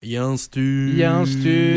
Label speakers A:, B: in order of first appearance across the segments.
A: Il y a un stu.
B: Il y a un stu.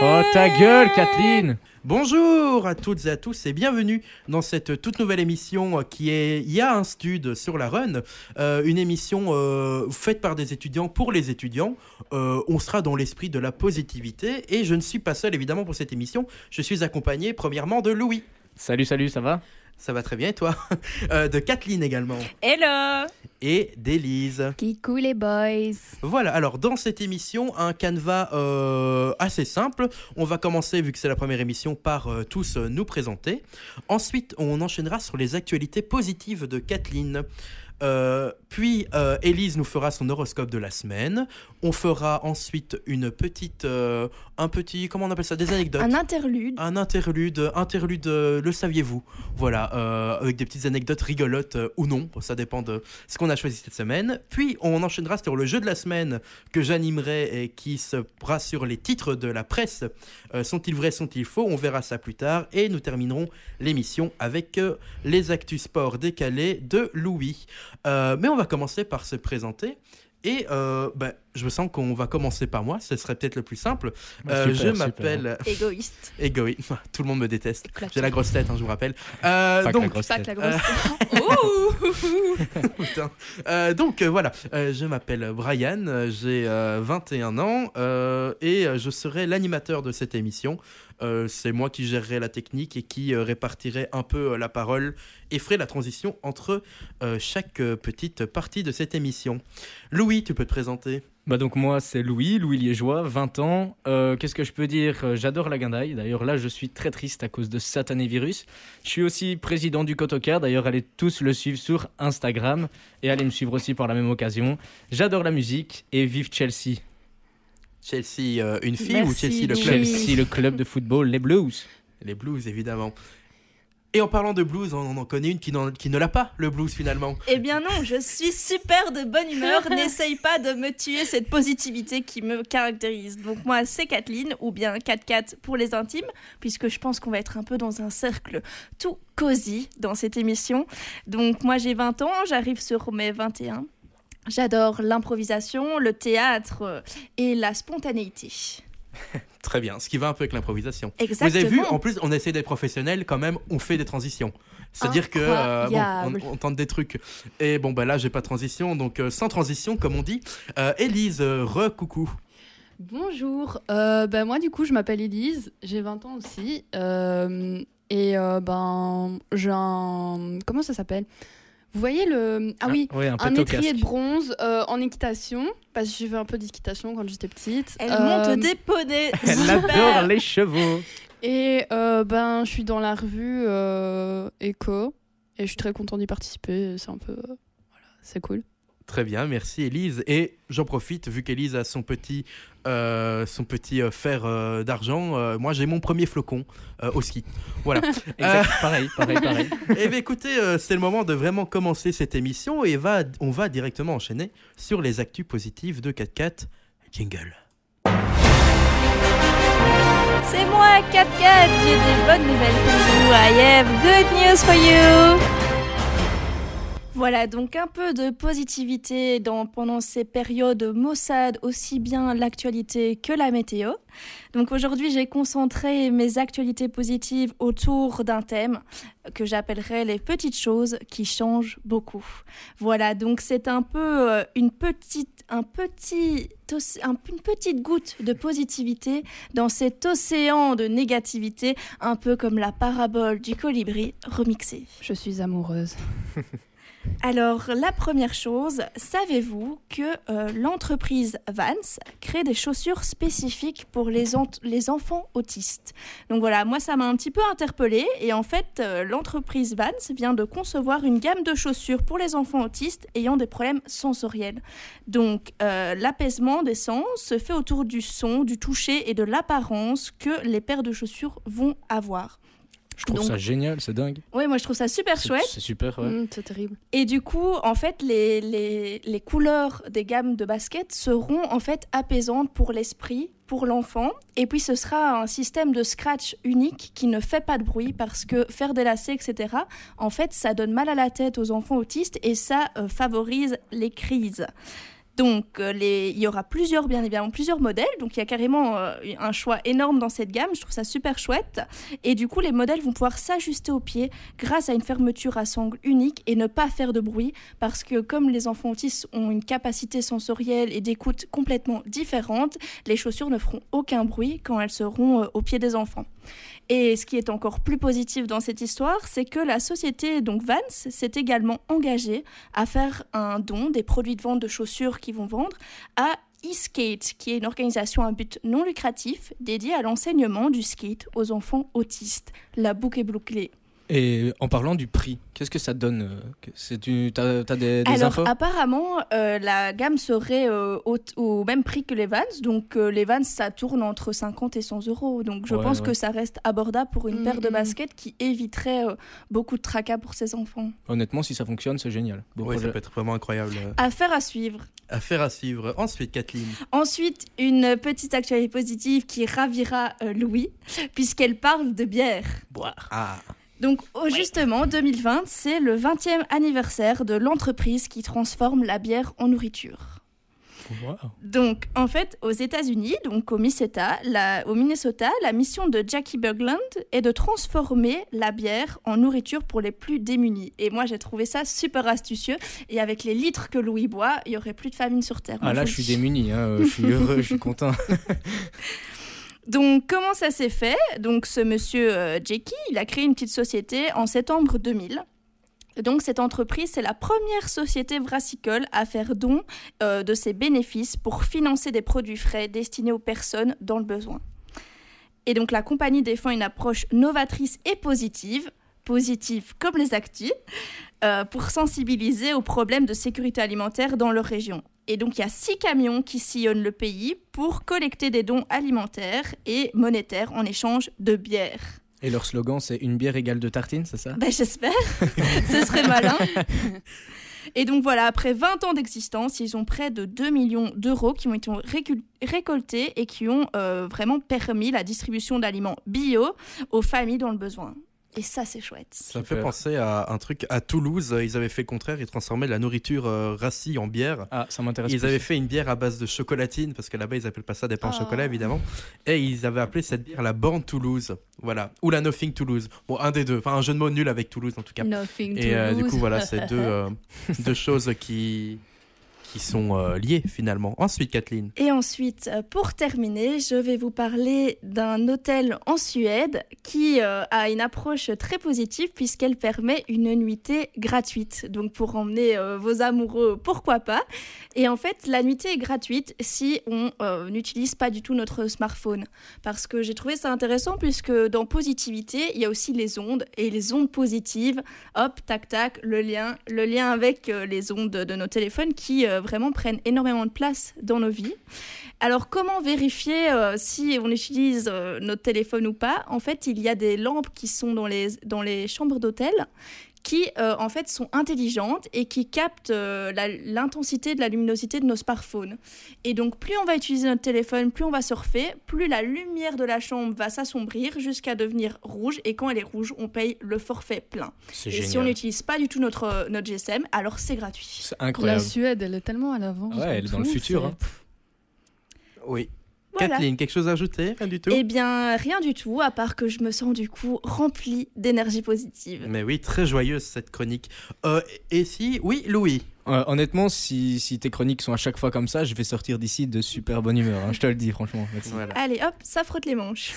B: Oh ta gueule, Kathleen
A: Bonjour à toutes et à tous et bienvenue dans cette toute nouvelle émission qui est Il y a un stud sur la run, euh, une émission euh, faite par des étudiants pour les étudiants. Euh, on sera dans l'esprit de la positivité et je ne suis pas seul évidemment pour cette émission. Je suis accompagné premièrement de Louis.
B: Salut, salut, ça va
A: Ça va très bien et toi Euh, De Kathleen également
C: Hello
A: et d'Élise.
D: Kikou les boys.
A: Voilà, alors dans cette émission, un canevas euh, assez simple. On va commencer, vu que c'est la première émission, par euh, tous euh, nous présenter. Ensuite, on enchaînera sur les actualités positives de Kathleen. Euh, puis, euh, Élise nous fera son horoscope de la semaine. On fera ensuite une petite. euh, un petit. Comment on appelle ça Des anecdotes.
D: Un interlude.
A: Un interlude, interlude, euh, le saviez-vous Voilà, euh, avec des petites anecdotes rigolotes euh, ou non, ça dépend de ce qu'on a choisi cette semaine. Puis on enchaînera sur le jeu de la semaine que j'animerai et qui se sera sur les titres de la presse. Euh, sont-ils vrais, sont-ils faux On verra ça plus tard et nous terminerons l'émission avec euh, les actus sport décalés de Louis. Euh, mais on va commencer par se présenter. Et euh, bah, je me sens qu'on va commencer par moi, ce serait peut-être le plus simple. Euh,
B: Bah, Super,
A: je
B: super.
A: m'appelle
C: Égoïste.
A: Égoïste. Tout le monde me déteste.
D: Claque.
A: J'ai la grosse tête, hein, je vous rappelle. Euh,
B: Pas que la
A: donc,
B: grosse
D: Pas
B: tête.
D: que la grosse.
B: Euh.
A: putain. Euh, donc euh, voilà, Euh, je m'appelle Brian, euh, j'ai euh, 21 ans euh, et euh, je serai l'animateur de cette émission. Euh, C'est moi qui gérerai la technique et qui euh, répartirai un peu euh, la parole et ferai la transition entre euh, chaque euh, petite partie de cette émission. Louis, tu peux te présenter
B: Bah donc moi c'est Louis, Louis Liégeois, 20 ans. Euh, Qu'est-ce que je peux dire Euh, J'adore la guindaille. D'ailleurs là je suis très triste à cause de ce satané virus. Je suis aussi président du Cotocar. D'ailleurs allez tous le suivre sur Instagram et allez me suivre aussi par la même occasion. J'adore la musique et vive Chelsea.
A: Chelsea, euh, une fille ou
D: Merci,
A: Chelsea le
D: Louis.
A: club
B: Chelsea, le club de football, les Blues.
A: Les blues, évidemment. Et en parlant de blues, on on en connaît une qui, n'en- qui ne l'a pas, le blues finalement.
C: Eh bien non, je suis super de bonne humeur. N'essaye pas de me tuer cette positivité qui me caractérise. Donc moi, c'est Kathleen, ou bien 4-4 pour les intimes, puisque je pense qu'on va être un peu dans un cercle tout cosy dans cette émission. Donc moi, j'ai 20 ans, j'arrive sur mes 21. J'adore l'improvisation, le théâtre euh, et la spontanéité.
A: Très bien, ce qui va un peu avec l'improvisation.
C: Exactement.
A: Vous avez vu, en plus, on essaie d'être professionnel quand même, on fait des transitions. C'est-à-dire que euh, bon,
D: Incroyable.
A: on, on tente des trucs. Et bon, bah là, j'ai pas de transition, donc euh, sans transition, comme on dit. Euh, Élise, euh, re-coucou.
D: Bonjour.
E: Bonjour, Euh, ben, moi du coup je m'appelle Elise, j'ai 20 ans aussi euh, et euh, ben j'ai un... comment ça s'appelle Vous voyez le... Ah oui,
B: ouais, un,
E: un,
B: poteau
E: étrier
B: casque.
E: de bronze euh, en équitation, parce que j'ai fait un peu d'équitation quand j'étais petite.
C: Elle
E: Euh,
C: monte des poneys.
B: Elle adore les chevaux.
E: Et euh, ben je suis dans la revue euh, Echo et je suis très contente d'y participer, c'est un peu... euh, voilà, c'est cool.
A: Très bien, merci Élise. Et j'en profite, vu qu'Élise a son petit, euh, son petit euh, fer euh, d'argent, euh, moi j'ai mon premier flocon euh, au ski. Voilà.
B: Exact, pareil, pareil, pareil.
A: Eh bien écoutez, euh, c'est le moment de vraiment commencer cette émission et va, on va directement enchaîner sur les actus positives de 4x4 Jingle.
C: C'est moi, Capcat, j'ai des bonnes nouvelles pour vous. I have good news for you. Voilà, donc un peu de positivité dans, pendant ces périodes maussades, aussi bien l'actualité que la météo. Donc aujourd'hui, j'ai concentré mes actualités positives autour d'un thème que j'appellerais les petites choses qui changent beaucoup. Voilà, donc c'est un peu euh, une petite, un petit, os- un- une petite goutte de positivité dans cet océan de négativité, un peu comme la parabole du colibri remixée.
E: Je suis amoureuse.
C: Alors, la première chose, savez-vous que euh, l'entreprise Vans crée des chaussures spécifiques pour les, ent- les enfants autistes Donc voilà, moi ça m'a un petit peu interpellée et en fait, euh, l'entreprise Vans vient de concevoir une gamme de chaussures pour les enfants autistes ayant des problèmes sensoriels. Donc, euh, l'apaisement des sens se fait autour du son, du toucher et de l'apparence que les paires de chaussures vont avoir.
B: Je trouve
C: Donc-
B: ça génial, c'est dingue.
C: Oui, moi je trouve ça super
B: C'est-
C: chouette.
B: C'est super, ouais.
E: Mm, c'est terrible.
C: Et du coup, en fait, les, les, les couleurs des gammes de basket seront en fait apaisantes pour l'esprit, pour l'enfant. Et puis, ce sera un système de scratch unique qui ne fait pas de bruit parce que faire des lacets, etc., en fait, ça donne mal à la tête aux enfants autistes et ça euh, favorise les crises. Donc, euh, les- il y aura plusieurs, bien évidemment, plusieurs modèles. Donc, il y a carrément euh, un choix énorme dans cette gamme. Je trouve ça super chouette. Et du coup, les modèles vont pouvoir s'ajuster aux pieds grâce à une fermeture à sangle unique et ne pas faire de bruit parce que comme les enfants autistes ont une capacité sensorielle et d'écoute complètement différente, les chaussures ne feront aucun bruit quand elles seront euh, aux pieds des enfants. Et ce qui est encore plus positif dans cette histoire, c'est que la société donc Vans s'est également engagée à faire un don des produits de vente de chaussures qu'ils vont vendre à eSkate, qui est une organisation à but non lucratif dédiée à l'enseignement du skate aux enfants autistes. La boucle est bouclée.
B: Et en parlant du prix, qu'est-ce que ça donne euh, que- c'est du- T'as t'as des, des
C: Alors
B: infos
C: apparemment, euh, la gamme serait euh, au, au même prix que les Vans. Donc euh, les Vans, ça tourne entre 50 et 100 euros. Donc je
B: Ouais,
C: pense
B: ouais.
C: que ça reste abordable pour une
E: Mm,
C: paire de
E: mm.
C: baskets qui éviterait euh, beaucoup de tracas pour ses enfants.
B: Honnêtement, si ça fonctionne, c'est génial. Bon
A: Ouais, ça
B: projet.
A: peut être vraiment incroyable. euh,
C: Affaire à suivre.
A: Affaire à suivre. Ensuite, Kathleen.
C: Ensuite, une petite actualité positive qui ravira euh, Louis, puisqu'elle parle de bière.
A: Boire. Ah.
C: Donc oh, justement, 2020, c'est le 20e anniversaire de l'entreprise qui transforme la bière en nourriture.
B: Wow.
C: Donc, en fait, aux États-Unis, donc au Minnesota, la, au Minnesota, la mission de Jackie Bugland est de transformer la bière en nourriture pour les plus démunis. Et moi, j'ai trouvé ça super astucieux. Et avec les litres que Louis boit, il y aurait plus de famine sur Terre. moi,
B: Ah là,
C: vous
B: je suis
C: le dis.
B: démuni, hein, euh, je suis heureux, je suis content.
C: Donc, comment ça s'est fait Donc, ce monsieur euh, Jackie, il a créé une petite société en septembre 2000. Donc, cette entreprise, c'est la première société brassicole à faire don euh, de ses bénéfices pour financer des produits frais destinés aux personnes dans le besoin. Et donc, la compagnie défend une approche novatrice et positive, positive comme les actus, euh, pour sensibiliser aux problèmes de sécurité alimentaire dans leur région. Et donc, il y a six camions qui sillonnent le pays pour collecter des dons alimentaires et monétaires en échange de bière.
B: Et leur slogan, c'est une bière égale de tartines, c'est ça
C: Ben, j'espère. Ce serait malin. Et donc voilà, après 20 ans d'existence, ils ont près de 2 millions d'euros qui ont été récul- récoltés et qui ont euh, vraiment permis la distribution d'aliments bio aux familles dans le besoin. Et ça, c'est chouette.
A: Ça me
B: Super.
A: fait penser à un truc à Toulouse. euh, Ils avaient fait le contraire. Ils transformaient la nourriture euh, rassis en bière.
B: Ah, ça m'intéresse.
A: Ils
B: plus.
A: avaient fait une bière à base de chocolatine, parce que là-bas ils appellent pas ça des pains au
E: Ah.
A: chocolat évidemment. Et ils avaient appelé cette bière la Born Toulouse, voilà, ou la Nothing Toulouse. Bon, un des deux, enfin un jeu de mots nul avec Toulouse en tout cas.
E: Nothing
A: Et euh, du
E: Toulouse.
A: coup, voilà, c'est deux, euh, deux choses qui, qui sont euh, liées finalement. Ensuite, Kathleen.
C: Et ensuite, euh, pour terminer, je vais vous parler d'un hôtel en Suède qui euh, a une approche très positive puisqu'elle permet une nuitée gratuite. Donc pour emmener euh, vos amoureux, pourquoi pas. Et en fait, la nuitée est gratuite si on euh, n'utilise pas du tout notre smartphone. Parce que j'ai trouvé ça intéressant puisque dans positivité, il y a aussi les ondes et les ondes positives. Hop, tac, tac, le lien, le lien avec euh, les ondes de nos téléphones qui euh, vraiment prennent énormément de place dans nos vies. Alors, comment vérifier euh, si on utilise euh, notre téléphone ou pas En fait, il y a des lampes qui sont dans les, dans les chambres d'hôtel qui, euh, en fait, sont intelligentes et qui captent euh, la- l'intensité de la luminosité de nos smartphones. Et donc, plus on va utiliser notre téléphone, plus on va surfer, plus la lumière de la chambre va s'assombrir jusqu'à devenir rouge. Et quand elle est rouge, on paye le forfait plein.
B: C'est
C: Et si on
B: génial.
C: n'utilise pas du tout notre, euh, notre GSM, alors c'est gratuit.
B: C'est
E: La
B: incroyable.
E: Suède, elle est tellement à l'avance.
B: Ouais, elle est dans le
E: Tout,
B: futur,
E: c'est-
B: hein.
A: Oui.
C: Voilà.
A: Kathleen, quelque chose à ajouter Rien du tout
C: Eh bien, rien du tout, à part que je me sens du coup remplie d'énergie positive.
A: Mais oui, très joyeuse cette chronique. Euh, et si, oui, Louis.
B: Euh, honnêtement, si, si tes chroniques sont à chaque fois comme ça, je vais sortir d'ici de super bonne humeur. hein, je te le dis, franchement. Merci.
A: Voilà.
C: Allez, hop, ça frotte les manches.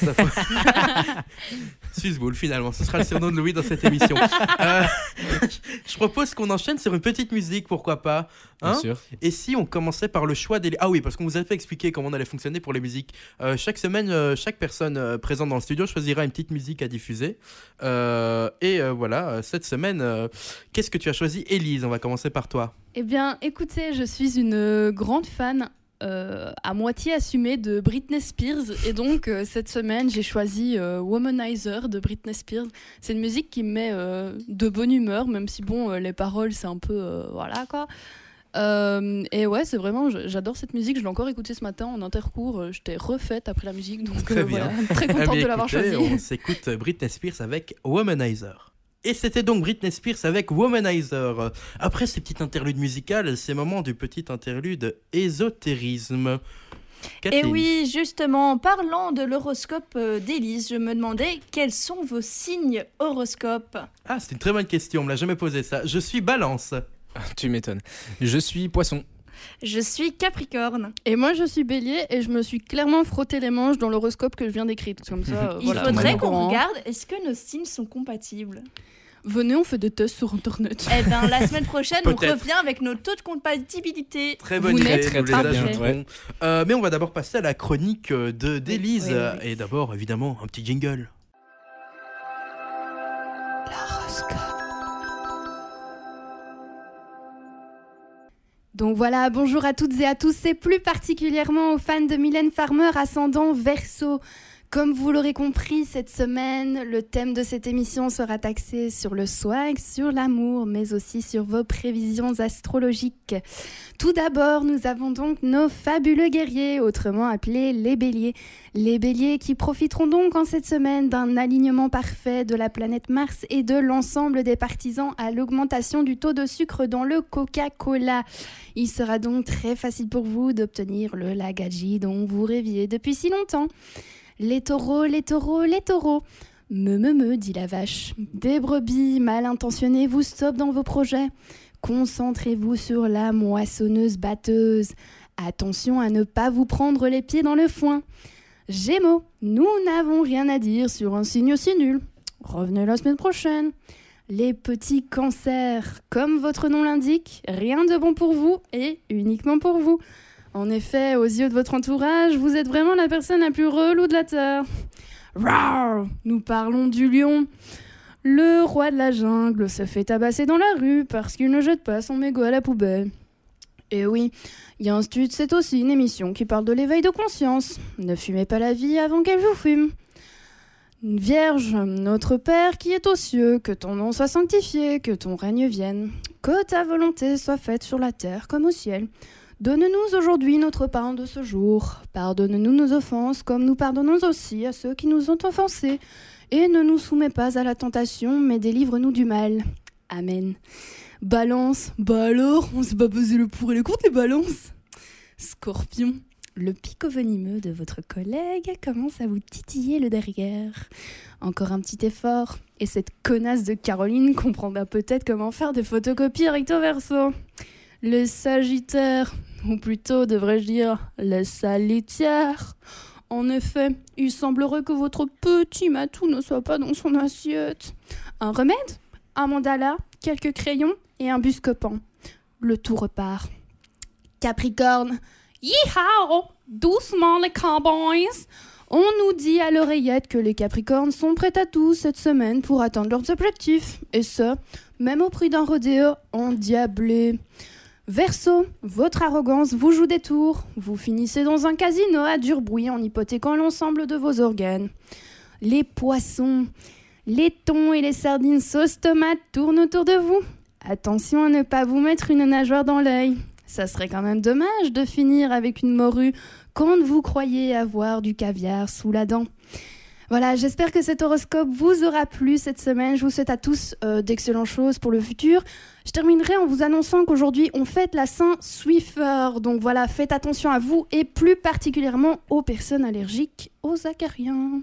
A: Susboule, finalement. Ce sera le surnom de Louis dans cette émission. Euh, je propose qu'on enchaîne sur une petite musique, pourquoi pas
B: Bien
A: Hein
B: sûr.
A: Et si on commençait par le choix des... Ah oui, parce qu'on vous a fait expliquer comment on allait fonctionner pour les musiques. Euh, chaque semaine, euh, chaque personne euh, présente dans le studio choisira une petite musique à diffuser. Euh, et euh, voilà, euh, cette semaine, euh, qu'est-ce que tu as choisi Élise, on va commencer par toi.
E: Eh bien, écoutez, je suis une grande fan
F: euh, à moitié assumée de Britney Spears. Et donc, euh, cette semaine, j'ai choisi euh, Womanizer de Britney Spears. C'est une musique qui me met euh, de bonne humeur, même si, bon, euh, les paroles, c'est un peu. euh, voilà, quoi. Euh, et ouais, c'est vraiment, je- j'adore cette musique. Je l'ai encore écoutée ce matin en intercours. euh, J'étais refaite après la musique, donc
A: Très
F: euh,
A: bien.
F: voilà, très
A: Eh
F: contente
A: bien,
F: de l'avoir
A: écoutez,
F: choisie.
A: On s'écoute Britney Spears avec Womanizer. Et c'était donc Britney Spears avec Womanizer. Euh, Après ces petites interludes musicales, ces moments du petit interlude ésotérisme.
C: Et
F: Eh
A: Kathleen,
C: Eh oui, justement, en parlant de l'horoscope euh, d'Élise, je me demandais quels sont vos signes horoscopes
A: Ah, c'est une très bonne question, on me l'a jamais posé ça. Je suis balance.
G: Tu m'étonnes. Je suis poisson.
C: Je suis Capricorne.
F: Et moi, je suis bélier et je me suis clairement frotté les manches dans l'horoscope que je viens d'écrire. Comme ça, euh,
C: Il
F: voilà.
C: faudrait
F: on est au
C: qu'on
F: courant.
C: regarde est-ce que nos signes sont compatibles.
F: Venez, on fait des tests sur Internet.
C: Eh bien, la semaine prochaine, on
A: Peut-être.
C: revient avec nos taux de compatibilité.
A: Très bonne
F: Vous
A: idée,
G: n'êtes
A: nous les
G: pas
F: bien.
A: ajouterons. Euh, mais on va d'abord passer à la chronique euh, de d'Élise.
F: oui, oui,
A: Et d'abord, évidemment, un petit jingle.
E: Donc voilà, bonjour à toutes et à tous, et plus particulièrement aux fans de Mylène Farmer ascendant verso. Comme vous l'aurez compris, cette semaine, le thème de cette émission sera taxé sur le swag, sur l'amour, mais aussi sur vos prévisions astrologiques. Tout d'abord, nous avons donc nos fabuleux guerriers, autrement appelés les béliers. Les béliers qui profiteront donc en cette semaine d'un alignement parfait de la planète Mars et de l'ensemble des partisans à l'augmentation du taux de sucre dans le Coca-Cola. Il sera donc très facile pour vous d'obtenir le Lagaji dont vous rêviez depuis si longtemps. Les taureaux, les taureaux, les taureaux. Me me me, dit la vache. Des brebis mal intentionnées vous stoppent dans vos projets. Concentrez-vous sur la moissonneuse batteuse. Attention à ne pas vous prendre les pieds dans le foin. Gémeaux, nous n'avons rien à dire sur un signe aussi nul. Revenez la semaine prochaine. Les petits cancers, comme votre nom l'indique, rien de bon pour vous et uniquement pour vous. En effet, aux yeux de votre entourage, vous êtes vraiment la personne la plus relou de la Terre. Roar Nous parlons du lion. Le roi de la jungle se fait tabasser dans la rue parce qu'il ne jette pas son mégot à la poubelle. Et oui, il y a un stud, c'est aussi une émission qui parle de l'éveil de conscience. Ne fumez pas la vie avant qu'elle vous fume. Vierge, notre Père qui est aux cieux, que ton nom soit sanctifié, que ton règne vienne, que ta volonté soit faite sur la terre comme au ciel. Donne-nous aujourd'hui notre pain de ce jour. Pardonne-nous nos offenses, comme nous pardonnons aussi à ceux qui nous ont offensés. Et ne nous soumets pas à la tentation, mais délivre-nous du mal. Amen. Balance, bah alors, on s'est pas posé le pour et le contre les balances. Scorpion, le picot venimeux de votre collègue commence à vous titiller le derrière. Encore un petit effort, et cette connasse de Caroline comprendra peut-être comment faire des photocopies recto verso. Le Sagittaire, ou plutôt devrais-je dire le Salitière. En effet, il semblerait que votre petit matou ne soit pas dans son assiette. Un remède un mandala, quelques crayons et un buscopan. Le tout repart. Capricorne, yeehaw Doucement les cowboys On nous dit à l'oreillette que les Capricornes sont prêts à tout cette semaine pour atteindre leurs objectifs, et ce, même au prix d'un rodéo endiablé. Verseau, votre arrogance vous joue des tours, vous finissez dans un casino à dur bruit en hypothéquant l'ensemble de vos organes. Les poissons, les thons et les sardines sauce tomate tournent autour de vous. Attention à ne pas vous mettre une nageoire dans l'œil. Ça serait quand même dommage de finir avec une morue quand vous croyez avoir du caviar sous la dent. Voilà, j'espère que cet horoscope vous aura plu cette semaine. Je vous souhaite à tous euh, d'excellentes choses pour le futur. Je terminerai en vous annonçant qu'aujourd'hui on fête la Saint Swiffer. Donc voilà, faites attention à vous et plus particulièrement aux personnes allergiques aux acariens.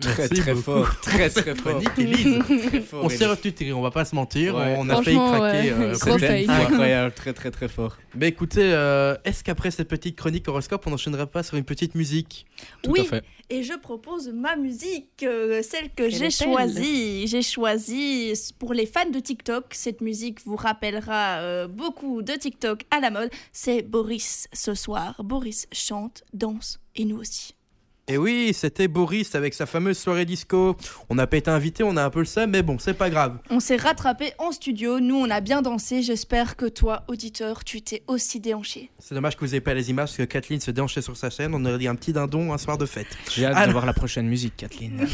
G: Très
A: Merci
G: très
A: beaucoup
G: fort.
A: pour
G: Très très
A: cette
G: fort.
A: chronique, Élise.
G: Très fort,
A: On s'est
G: Élise.
A: retenu, Thierry, on va pas se mentir.
G: Ouais.
A: On a failli
F: Franchement,
A: craquer.
F: ouais.
A: euh,
F: Gros
A: presque
F: fail.
A: une fois.
G: Incroyable, très très très fort.
A: Mais écoutez, euh, est-ce qu'après cette petite chronique horoscope, on n'enchaînerait pas sur une petite musique
G: Tout
C: oui,
G: à fait.
C: et je propose ma musique, euh, celle que
F: Quelle
C: j'ai
F: est-elle
C: choisie. J'ai choisi pour les fans de TikTok. Cette musique vous rappellera euh, beaucoup de TikTok à la mode. C'est Boris ce soir. Boris chante, danse et nous aussi.
A: Et Et Eh oui, c'était Boris avec sa fameuse soirée disco. On n'a pas été invité, on a un peu le seum, mais bon, c'est pas grave.
C: On s'est rattrapé en studio, nous on a bien dansé, j'espère que toi, auditeur, tu t'es aussi déhanché.
A: C'est dommage que vous n'ayez pas les images parce que Kathleen se déhanchait sur sa chaîne. On aurait dit un petit dindon un soir de fête.
B: J'ai hâte de
A: Alors-
B: voir la prochaine musique, Kathleen.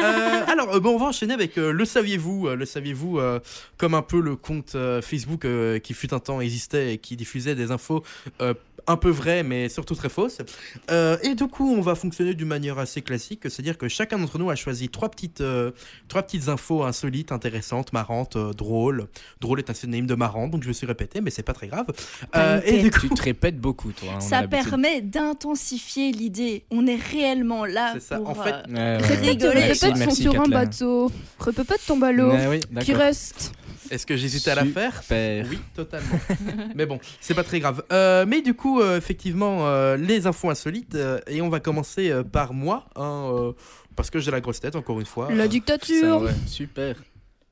A: Euh, alors, euh, bon, on va enchaîner avec euh, le saviez-vous. Euh, le saviez-vous, euh, comme un peu le compte euh, Facebook euh, qui fut un temps existait et qui diffusait des infos euh, un peu vraies, mais surtout très fausses. Euh, et du coup, on va fonctionner d'une manière assez classique, c'est-à-dire que chacun d'entre nous a choisi trois petites, euh, trois petites infos insolites, intéressantes, marrantes, euh, drôles. Drôle est un synonyme de marrant, donc je me suis répété, mais c'est pas très grave. Euh, et du
B: tu te répètes beaucoup, toi. hein, on a
C: Ça
B: l'habitude.
C: permet d'intensifier l'idée, on est réellement là
A: C'est ça,
C: pour...
A: en fait,
C: euh,
B: Ouais, ouais, ouais.
C: Répète, Rigoler.
D: Les
C: Merci,
D: sont sur un
B: Kathleen.
D: bateau. Repepote tombe à l'eau.
B: Ouais, oui,
D: Qui
B: d'accord.
D: reste.
A: Est-ce que j'hésitais à la faire
B: Super.
A: Oui, totalement. mais bon, c'est pas très grave. Euh, mais du coup, euh, effectivement, euh, les infos insolites. euh, et on va commencer euh, par moi, hein, euh, parce que j'ai la grosse tête, encore une fois.
E: La
A: Euh,
B: Ça,
E: dictature
B: ouais, Super.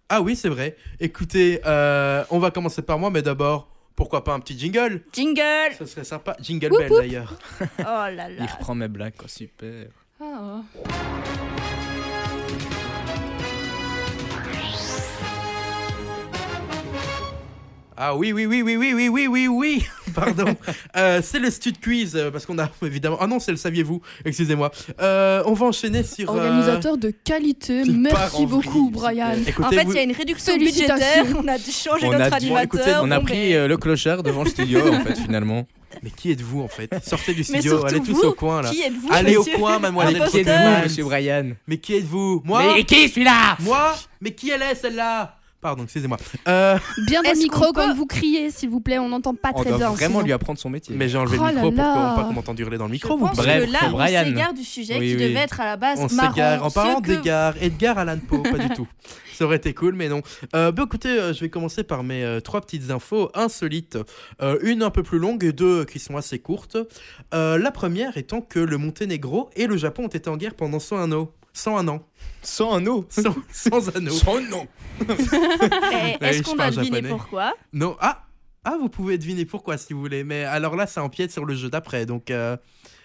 A: ah oui, c'est vrai. Écoutez, euh, on va commencer par moi, mais d'abord, pourquoi pas un petit jingle
C: Jingle
A: Ce serait sympa. Jingle
D: Woup,
A: bell, d'ailleurs.
C: Oh là
B: Il
C: là
B: reprend mes blagues, quoi. Super.
E: Ah.
A: Ah oui, oui, oui, oui, oui, oui, oui, oui, oui. Pardon. Euh, c'est le stud quiz, euh, parce qu'on a évidemment... Ah non, c'est le saviez-vous, excusez-moi. Euh, on va enchaîner sur... euh,
E: Organisateur de qualité,
A: qui part en
E: merci beaucoup
A: vrille,
E: Brian.
A: super.
C: En
A: Écoutez,
C: fait,
A: vous-
C: il y a une réduction
D: Félicitations.
C: budgétaire, on a dû changer
B: On
C: Oh, notre
B: a,
C: animateur.
B: écoutez, on a
C: bon,
B: pris
C: mais-
B: euh, le clochard devant le studio, en fait, finalement.
A: Mais qui êtes-vous en fait Sortez du
C: Mais
A: studio,
C: surtout
A: allez tous
C: vous,
A: au coin là.
C: Qui êtes-vous,
A: allez
C: monsieur
A: au coin, mademoiselle
C: Un
A: Kidman.
C: poster.
B: Brian
A: Mais qui êtes-vous Moi
B: Mais qui celui-là
A: Moi Mais qui elle est celle-là Pardon, excusez-moi. Euh,
D: Bien dans le
C: Est-ce qu'on
D: micro
C: peut-
D: quand vous criez, s'il vous plaît. On n'entend pas
B: On
D: très
B: doit
D: bien.
B: vraiment
D: sinon.
B: lui apprendre son métier.
A: mais j'ai enlevé
D: Oh
A: le
D: là
A: micro pour
D: là.
A: qu'on pas qu'on m'entende hurler dans le
C: Je
A: micro. vous.
C: pense
B: Bref,
C: que là,
B: faut
C: on
B: Brian.
C: s'égare du sujet
B: Oui,
C: qui
B: oui.
C: devait être à la base
A: On
C: marrant.
A: s'égare en
C: Ce
A: parlant
C: que-
A: d'égard. Edgar Allan Poe, pas du tout. Ça aurait été cool, mais non. Euh, bah, écoutez, euh, je vais commencer par mes euh, trois petites infos insolites. Euh, une un peu plus longue et deux euh, qui sont assez courtes. Euh, la première étant que le Monténégro et le Japon ont été en guerre pendant 101 ans. 101 ans.
B: Sans un eau
A: Sans, sans anneaux.
B: nom
C: Eh,
A: Oui, je
C: Est-ce qu'on
A: parle
C: a deviné
A: japonais.
C: pourquoi
A: Non, ah, ah, vous pouvez deviner pourquoi si vous voulez, mais alors là, ça empiète sur le jeu d'après, donc euh,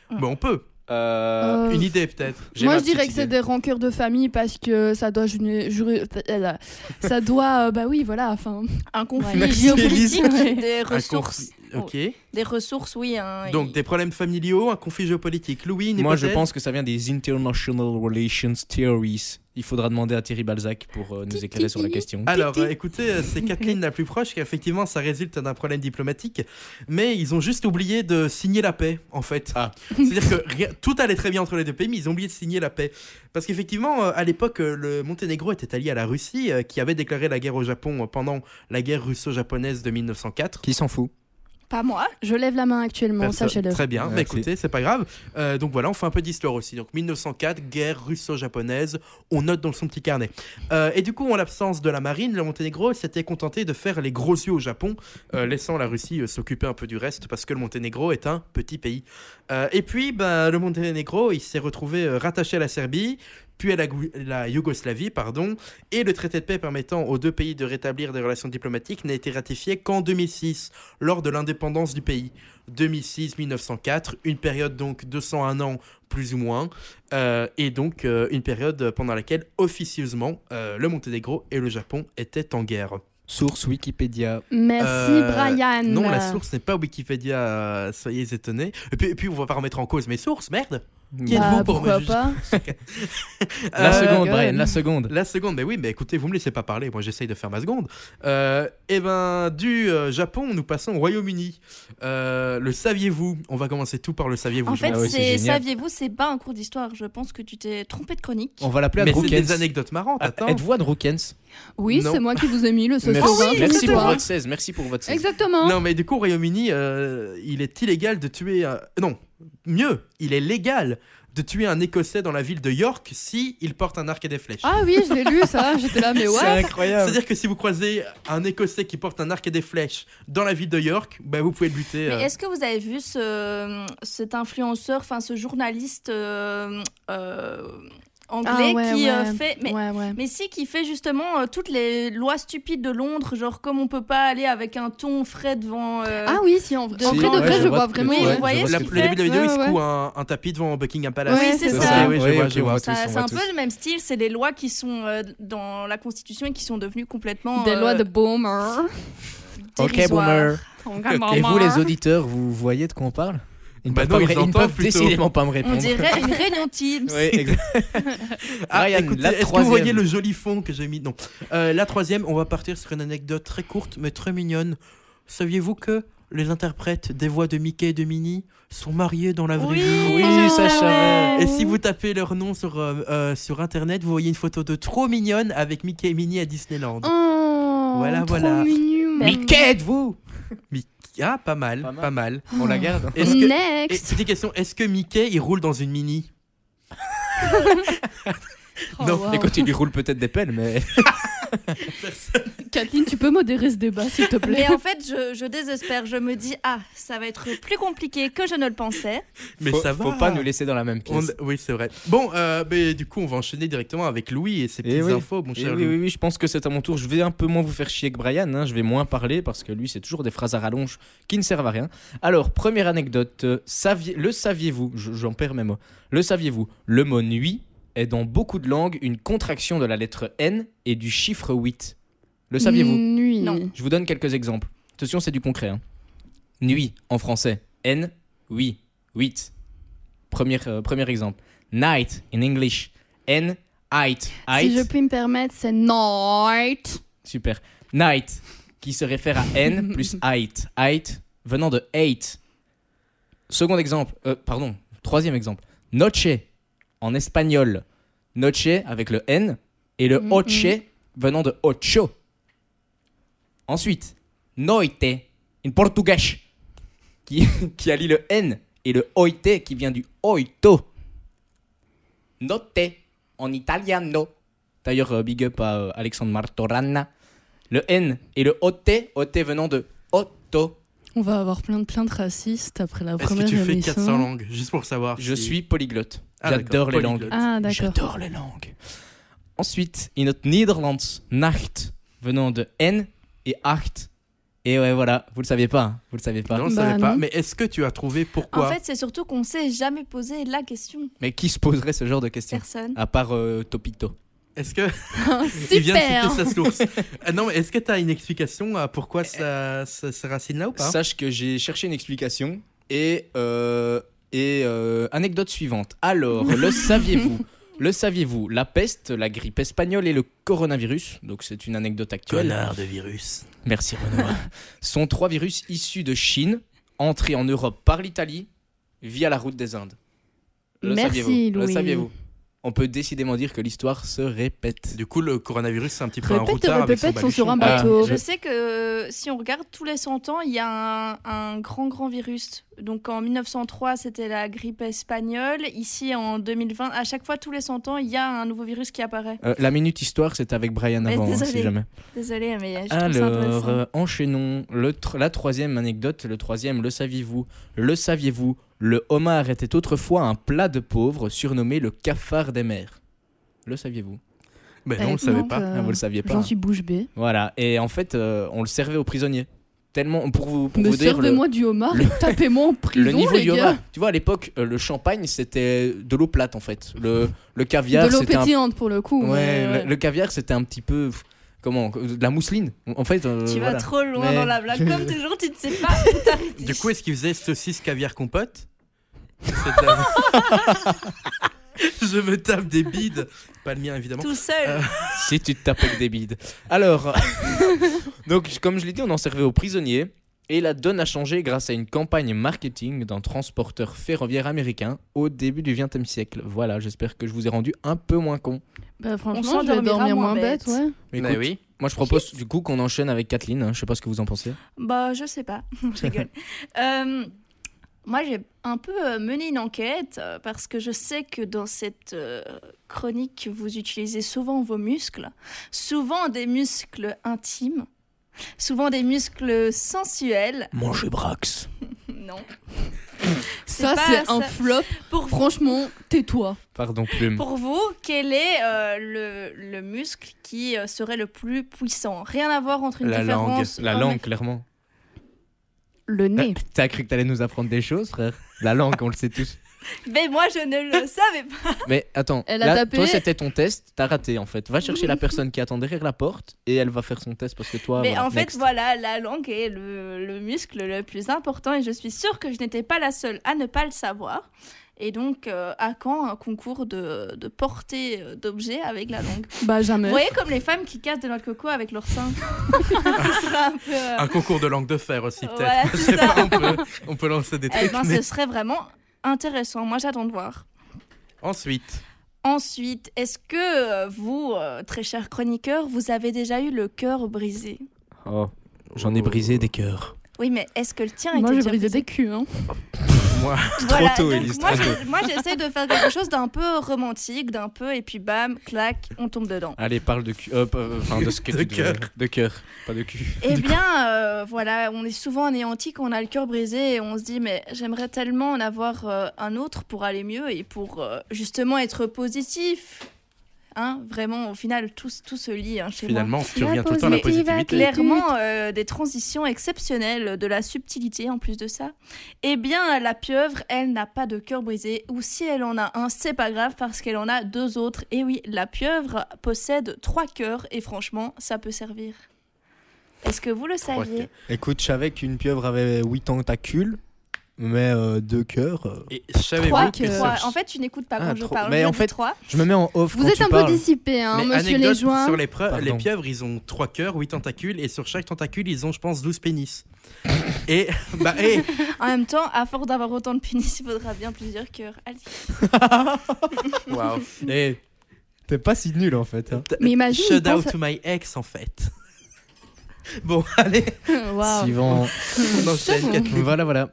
C: Mm.
A: bah, on peut.
B: Euh.
D: Euh,
A: Une idée peut-être.
B: j'ai
E: Moi
B: ma
E: je dirais
B: petite
E: que c'est
B: idée.
E: des rancœurs de famille parce que ça doit jurer- jurer- ça doit euh, bah oui voilà enfin
C: Un conflit
A: Merci,
C: géopolitique,
E: Élise.
C: des
A: Un
C: ressources. Oh,
A: conflit-
C: Des ressources, oui. hein,
A: Ok. Donc
C: et-
A: des problèmes familiaux, un conflit géopolitique. Louis, une
B: Moi, je
A: hypothèse
B: pense que ça vient des International Relations Theories. Il faudra demander à Thierry Balzac pour euh, nous éclairer sur la question.
G: Ah,
A: Alors, euh, écoutez, euh, c'est Kathleen la plus proche, qui effectivement, ça résulte d'un problème diplomatique, mais ils ont juste oublié de signer la paix, en fait.
B: Ah.
A: C'est-à-dire que rien- tout allait très bien entre les deux pays, mais ils ont oublié de signer la paix. Parce qu'effectivement, euh, à l'époque, euh, le Monténégro était allié à la Russie, euh, qui avait déclaré la guerre au Japon euh, pendant la guerre russo-japonaise de 1904.
B: Qui s'en fout
C: Pas moi.
E: je lève la main actuellement
A: Personne.
E: sachez-le
A: Très bien, bah
B: Merci.
A: écoutez, c'est pas grave. Euh, donc voilà, on fait un peu d'histoire aussi. Donc 1904, guerre russo-japonaise, on note dans son petit carnet. Euh, et du coup, en l'absence de la marine, le Monténégro s'était contenté de faire les gros yeux au Japon, euh, laissant la Russie euh, s'occuper un peu du reste parce que le Monténégro est un petit pays. Euh, et puis, bah, le Monténégro, il s'est retrouvé euh, rattaché à la Serbie, puis à la, Gou- la Yougoslavie, pardon, et le traité de paix permettant aux deux pays de rétablir des relations diplomatiques n'a été ratifié qu'en 2006, lors de l'indépendance du pays. 2006-1904, une période donc de 101 ans plus ou moins, euh, et donc euh, une période pendant laquelle officieusement euh, le Monténégro et le Japon étaient en guerre.
B: Source Wikipédia.
D: Merci,
A: Euh,
D: Brian.
A: Non, la source n'est pas Wikipédia, euh, soyez étonnés. Et puis, et puis on va pas remettre en cause mes sources, merde. Qui
E: Bah,
A: êtes-vous pour me
E: pourquoi
A: juger
E: pas
B: La
A: Euh,
B: seconde,
E: God.
B: Brian, la seconde.
A: La seconde, mais oui, mais écoutez, vous me laissez pas parler, moi j'essaye de faire ma seconde. Euh, eh ben, du euh, Japon, nous passons au Royaume-Uni. Euh, le saviez-vous On va commencer tout par le saviez-vous.
C: En
A: je
C: fait,
B: Ah ouais, c'est
C: c'est
B: génial.
C: saviez-vous, c'est pas un cours d'histoire. Je pense que tu t'es trompé de chronique.
B: On va l'appeler
A: Mais
B: Anne
A: c'est des
B: Brookens.
A: anecdotes marrantes,
B: Ah,
A: attends.
B: Êtes-vous Anne Brookens
E: oui
A: Non.
E: c'est moi qui vous ai mis le hein, sauce
B: Merci,
E: au vin,
B: merci
E: c'est
B: pour
E: toi.
B: votre 16. Merci pour votre 16.
E: exactement
A: Non, mais du coup, au Royaume-Uni, euh, il est illégal de tuer. un- Non, mieux, il est légal de tuer un Écossais dans la ville de York si il porte un arc et des flèches.
E: ah oui je l'ai lu ça j'étais là mais ouais
B: incroyable.
A: C'est-à-dire que si vous croisez un Écossais qui porte un arc et des flèches dans la ville de York, bah, vous pouvez le buter.
C: Mais
A: euh.
C: est-ce que vous avez vu ce, cet influenceur, enfin ce journaliste, euh, euh, anglais
D: Ah, ouais,
C: qui euh,
D: ouais.
C: fait. Mais,
D: Ouais, ouais.
C: mais si, qui fait justement euh, toutes les lois stupides de Londres, genre comme on peut pas aller avec un ton frais devant. euh,
D: Ah oui, si, en,
C: de-
D: en
C: Si,
D: vrai de
C: ouais,
D: vrai,
C: je
D: je
B: vois
D: vois
B: tout-
D: vraiment.
C: oui,
B: ouais,
C: vous voyez
B: je
A: La-
B: vois
A: le
C: ce qu'il
B: tout.
A: début
C: fait
A: de la vidéo,
D: Ouais,
A: il
D: ouais.
A: secoue un, un tapis devant Buckingham Palace.
C: Oui,
D: Ouais,
C: c'est
D: c'est
C: ça.
D: ça.
A: Oui, je vois, je vois.
C: Ça-
G: tous, on
C: C'est
G: voit
C: un
G: tous.
C: peu le même style, c'est des lois qui sont euh, dans la Constitution et qui sont devenues complètement.
D: Des
C: euh,
D: lois de boomer.
G: Ok,
C: dérisoires.
G: boomer. Et vous, les
E: hein.
D: autres
G: auditeurs, vous voyez de quoi on parle Ils ne
A: Bah non,
G: peuvent, pas me
A: ils
G: ré- ils ne
A: entendent
G: peuvent
A: plutôt.
G: décidément pas me
C: On
G: répondre.
C: dirait une réunion Teams.
G: Oui, exact.
A: Ah,
G: Ryan,
A: écoutez,
G: la
A: est-ce que
G: troisième.
A: vous voyez le joli fond que j'ai mis Non. Euh, la troisième, on va partir sur une anecdote très courte mais très mignonne. Saviez-vous que les interprètes des voix de Mickey et de Minnie sont mariés dans la vraie
C: Oui,
A: vie
G: Oui,
D: Ah,
C: je
G: ça, je savais.
C: savais.
A: Et si vous tapez leur nom sur, euh, euh, sur internet, vous voyez une photo de trop mignonne avec Mickey et Minnie à Disneyland.
D: Oh,
A: Voilà,
D: trop
A: voilà.
D: mignon.
G: Mickey, êtes-vous
A: Mickey- Ah, pas mal,
B: Pas
A: pas
B: mal.
A: mal.
G: On la garde
A: Est-ce que... et
D: Next.
A: C'était question, est-ce que Mickey il roule dans une Mini
E: Oh,
A: Non,
D: Oh,
E: wow.
G: Écoute, il lui roule peut-être des pelles, mais.
E: Kathleen, tu peux modérer ce débat, s'il te plaît.
C: Mais en fait, je, je désespère. Je me dis, ah, ça va être plus compliqué que je ne le pensais.
A: Mais
G: faut,
A: ça va.
G: Faut pas nous laisser dans la même pièce.
A: On- Oui, c'est vrai. Bon, euh, mais du coup, on va enchaîner directement avec Louis et ses petites
G: Eh oui.
A: infos, mon
G: Et
A: cher
G: oui,
A: Louis.
G: oui, oui, je pense que c'est à mon tour. Je vais un peu moins vous faire chier que Brian. hein. Je vais moins parler parce que lui, c'est toujours des phrases à rallonge qui ne servent à rien. Alors, première anecdote. euh, saviez- le saviez-vous Je- J'en perds mes mots. Le saviez-vous Le mot nuit est dans beaucoup de langues une contraction de la lettre N et du chiffre 8. Le saviez-vous
E: Nuit.
C: Non.
G: Je vous donne quelques exemples. Attention, c'est du concret. hein. Nuit, en français. N, oui, 8. Premier, euh, premier exemple. Night, in English. N, height.
D: Si je puis me permettre, c'est night.
G: Super. Night, qui se réfère à N plus height. Height venant de hate. Second exemple, euh, pardon, troisième exemple. Noche, en espagnol. Noche avec le N et le
D: Mhm.
G: oche venant de ocho. Ensuite, noite, in portugais, qui, qui allie le N et le oite qui vient du oito. Note, en italiano. D'ailleurs, euh, big up à euh, Alexandre Martorana. Le N et le OT, OT venant de Otto.
E: On va avoir plein de plaintes racistes après la
A: Est-ce que
E: première
A: tu fais
E: émission.
A: 400 langues Juste pour savoir.
G: Je
A: si-
G: suis polyglotte.
A: Ah,
G: J'adore
A: d'accord,
G: les
A: polyglotte.
G: langues.
E: Ah, d'accord.
G: J'adore les langues. Ensuite, in notre Nederlands, Nacht, venant de N et Acht. Et ouais, voilà, vous le saviez pas, hein, vous le savez pas.
A: Non, je
E: Bah,
A: savais pas.
E: non.
A: Mais est-ce que tu as trouvé
C: En
A: pourquoi
C: fait, c'est surtout qu'on s'est jamais posé la question.
G: Mais qui se poserait ce genre de questions
C: Personne.
G: À part euh, Topito.
A: Est-ce que il vient de
D: Super.
A: citer sa source Ah Non, mais est-ce que tu as une explication à pourquoi ça, ça, ces racines-là ou pas
G: Sache que j'ai cherché une explication et euh, et euh, anecdote suivante. Alors, le saviez-vous Le saviez-vous La peste, la grippe espagnole et le coronavirus, donc c'est une anecdote actuelle.
A: de virus.
G: Merci Benoît. sont trois virus issus de Chine, entrés en Europe par l'Italie via la route des Indes. Le
E: Merci,
G: saviez-vous Le
E: Louis.
G: saviez-vous On peut décidément dire que l'histoire se répète.
A: Du coup, le coronavirus, c'est un petit peu un
E: Répète et
A: routard avec son
E: répète sont sur
A: baluchon.
E: un
G: baluchon. Ah,
E: bateau.
C: Je sais que euh, si on regarde tous les 100 ans, il y a un, un grand, grand virus. Donc en 1903, c'était la grippe espagnole. Ici, en 2020, à chaque fois, tous les 100 ans, il y a un nouveau virus qui apparaît.
G: Euh, la minute histoire, c'est avec Brian
C: Mais
G: avant, hein, si
C: désolée.
G: jamais.
C: Désolée, mais je trouve ça
G: Alors,
C: intéressant.
G: euh, enchaînons. Le tr- la troisième anecdote, le troisième, le saviez-vous Le saviez-vous Le homard était autrefois un plat de pauvres surnommé le cafard des mers. Le saviez-vous
A: Ben non, on ne savait pas.
G: Ah, Vous le saviez pas.
E: euh, J'en
G: hein.
E: suis bouche bée.
G: Voilà, et en fait, euh, on le servait aux prisonniers. Tellement, pour vous, pour
E: Mais
G: vous dire, le,
E: servez-moi du homard
G: le-
E: et tapez-moi en prison,
G: le niveau
E: les
G: du homard.
E: gars.
G: Tu vois, à l'époque, euh, le champagne, c'était de l'eau plate, en fait. Le, le caviar,
E: De l'eau
G: c'était un...
E: pétillante pour le coup.
G: Ouais,
E: mais
G: Le, le caviar, c'était un petit peu... pff, Comment De la mousseline, en fait. euh,
C: Tu vas
G: voilà.
C: trop loin
G: Mais-
C: dans la blague. Comme toujours, tu ne sais pas où t'arrêter.
A: Du coup, est-ce qu'il faisait saucisse caviar compote C'est de la- Je me tape des bides. Pas le mien, évidemment.
C: tout seul.
A: Euh,
G: si tu te tapes avec des bides. Alors, donc comme je l'ai dit, on en servait aux prisonniers. Et la donne a changé grâce à une campagne marketing d'un transporteur ferroviaire américain au début du XXe siècle. Voilà, j'espère que je vous ai rendu un peu moins con.
E: Bah, franchement,
C: On
E: je vais
C: s'endormira
E: dormir
C: moins
E: moins bête.
C: bête.
E: ouais.
G: Mais écoute,
A: oui.
G: Moi, je propose du coup qu'on enchaîne avec Kathleen. hein. Je sais pas ce que vous en pensez.
C: Bah, je sais pas, je rigole. Euh, moi, j'ai un peu euh, mené une enquête euh, parce que je sais que dans cette euh, chronique, vous utilisez souvent vos muscles, souvent des muscles intimes, souvent des muscles sensuels.
G: Mangez Brax.
C: Non.
E: Ça,
C: pas
E: c'est
C: ça.
E: un flop.
C: Pour vous,
E: Franchement, tais-toi.
B: Pardon, plume.
C: pour vous, quel est euh, le, le muscle qui euh, serait le plus puissant Rien à voir entre une
B: La langue,
C: différence.
B: la
C: un
B: langue, clairement.
E: Le nez.
G: T'as cru que t'allais nous apprendre des choses, frère La langue, on le sait tous.
C: mec- Mais moi, je ne le savais pas.
G: Mais attends,
E: Elle a
G: là,
E: tapé.
G: toi, c'était ton test, t'as raté en fait. Va chercher la personne qui attend derrière la porte et elle va faire son test parce que toi.
C: Mais
G: voilà,
C: en fait,
G: next.
C: voilà, la langue est le, le muscle le plus important et je suis sûre que je n'étais pas la seule à ne pas le savoir. Et donc, euh, à quand un concours de, de portée euh, d'objets avec la langue
E: Bah, jamais.
C: Vous voyez comme les femmes qui cassent de noix de coco avec leur sein Ce serait un peu... euh,
A: Un concours de langue de fer aussi, peut-être.
C: voilà,
A: Je
C: c'est
A: sais
C: ça.
A: pas, on peut, on peut lancer des
C: Eh
A: trucs.
C: ben,
A: mais-
C: ce serait vraiment intéressant. Moi, j'attends de voir.
A: Ensuite,
C: Ensuite, est-ce que euh, vous, euh, très cher chroniqueur, vous avez déjà eu le cœur brisé
G: Oh, j'en ai brisé des cœurs.
C: Oui, mais est-ce que le tien
E: Moi,
C: était
E: j'ai
C: déjà
E: brisé des culs. Hein.
C: Voilà,
G: Trop tôt,
C: donc
G: Élise,
C: moi,
G: trop
C: je- moi, j'essaie de faire quelque chose d'un peu romantique, d'un peu, et puis bam, clac, on tombe dedans.
B: Allez, parle de cul. euh, p- euh, Enfin, de ce que
A: De
B: tu devais-
A: cœur.
B: De cœur, pas de cul.
C: Eh bien, euh, voilà, on est souvent anéanti quand on a le cœur brisé et on se dit, mais j'aimerais tellement en avoir euh, un autre pour aller mieux et pour euh, justement être positif. Hein, vraiment, au final, tout, s- tout se lie hein, chez moi.
A: finalement, tu
D: La
A: reviens tout le temps à la
D: positive
A: positivité.
D: attitude.
C: clairement euh, des transitions exceptionnelles, de la subtilité en plus de ça. Eh bien, la pieuvre, elle n'a pas de cœur brisé, ou si elle en a un, c'est pas grave parce qu'elle en a deux autres. Et oui, la pieuvre possède trois cœurs et franchement, ça peut servir. Est-ce que vous le
A: Trois
C: saviez
G: Écoute, je savais qu'une pieuvre avait 8 tentacules, mais euh, deux cœurs. euh,
A: Et savez-vous
E: Trois
A: que
E: cœurs.
A: ça-
C: Trois. En fait, tu n'écoutes pas
G: Ah,
C: quand je
G: trop-
C: parle.
G: mais
C: je
G: en
C: dis
G: fait-
C: trois.
G: Je me mets en off
D: Vous
G: quand
D: êtes
G: tu
D: un peu
G: parles.
D: dissipé, hein,
A: Mais
D: monsieur
A: anecdote,
D: les joints.
A: sur les, preu-
G: Pardon.
A: les pieuvres, ils ont trois cœurs, huit tentacules, et sur chaque tentacule, ils ont, je pense, 12 pénis. et, bah, et
C: En même temps, à force d'avoir autant de pénis, il faudra bien plusieurs cœurs. Allez.
A: Wow.
G: Eh, T'es pas si nul en fait. hein.
E: Mais imagine, il
A: Shout out
E: pense-
A: to my ex, en fait. bon, allez,
E: Waouh.
G: Suivant.
A: on enchaîne. Kathleen.
G: voilà, voilà.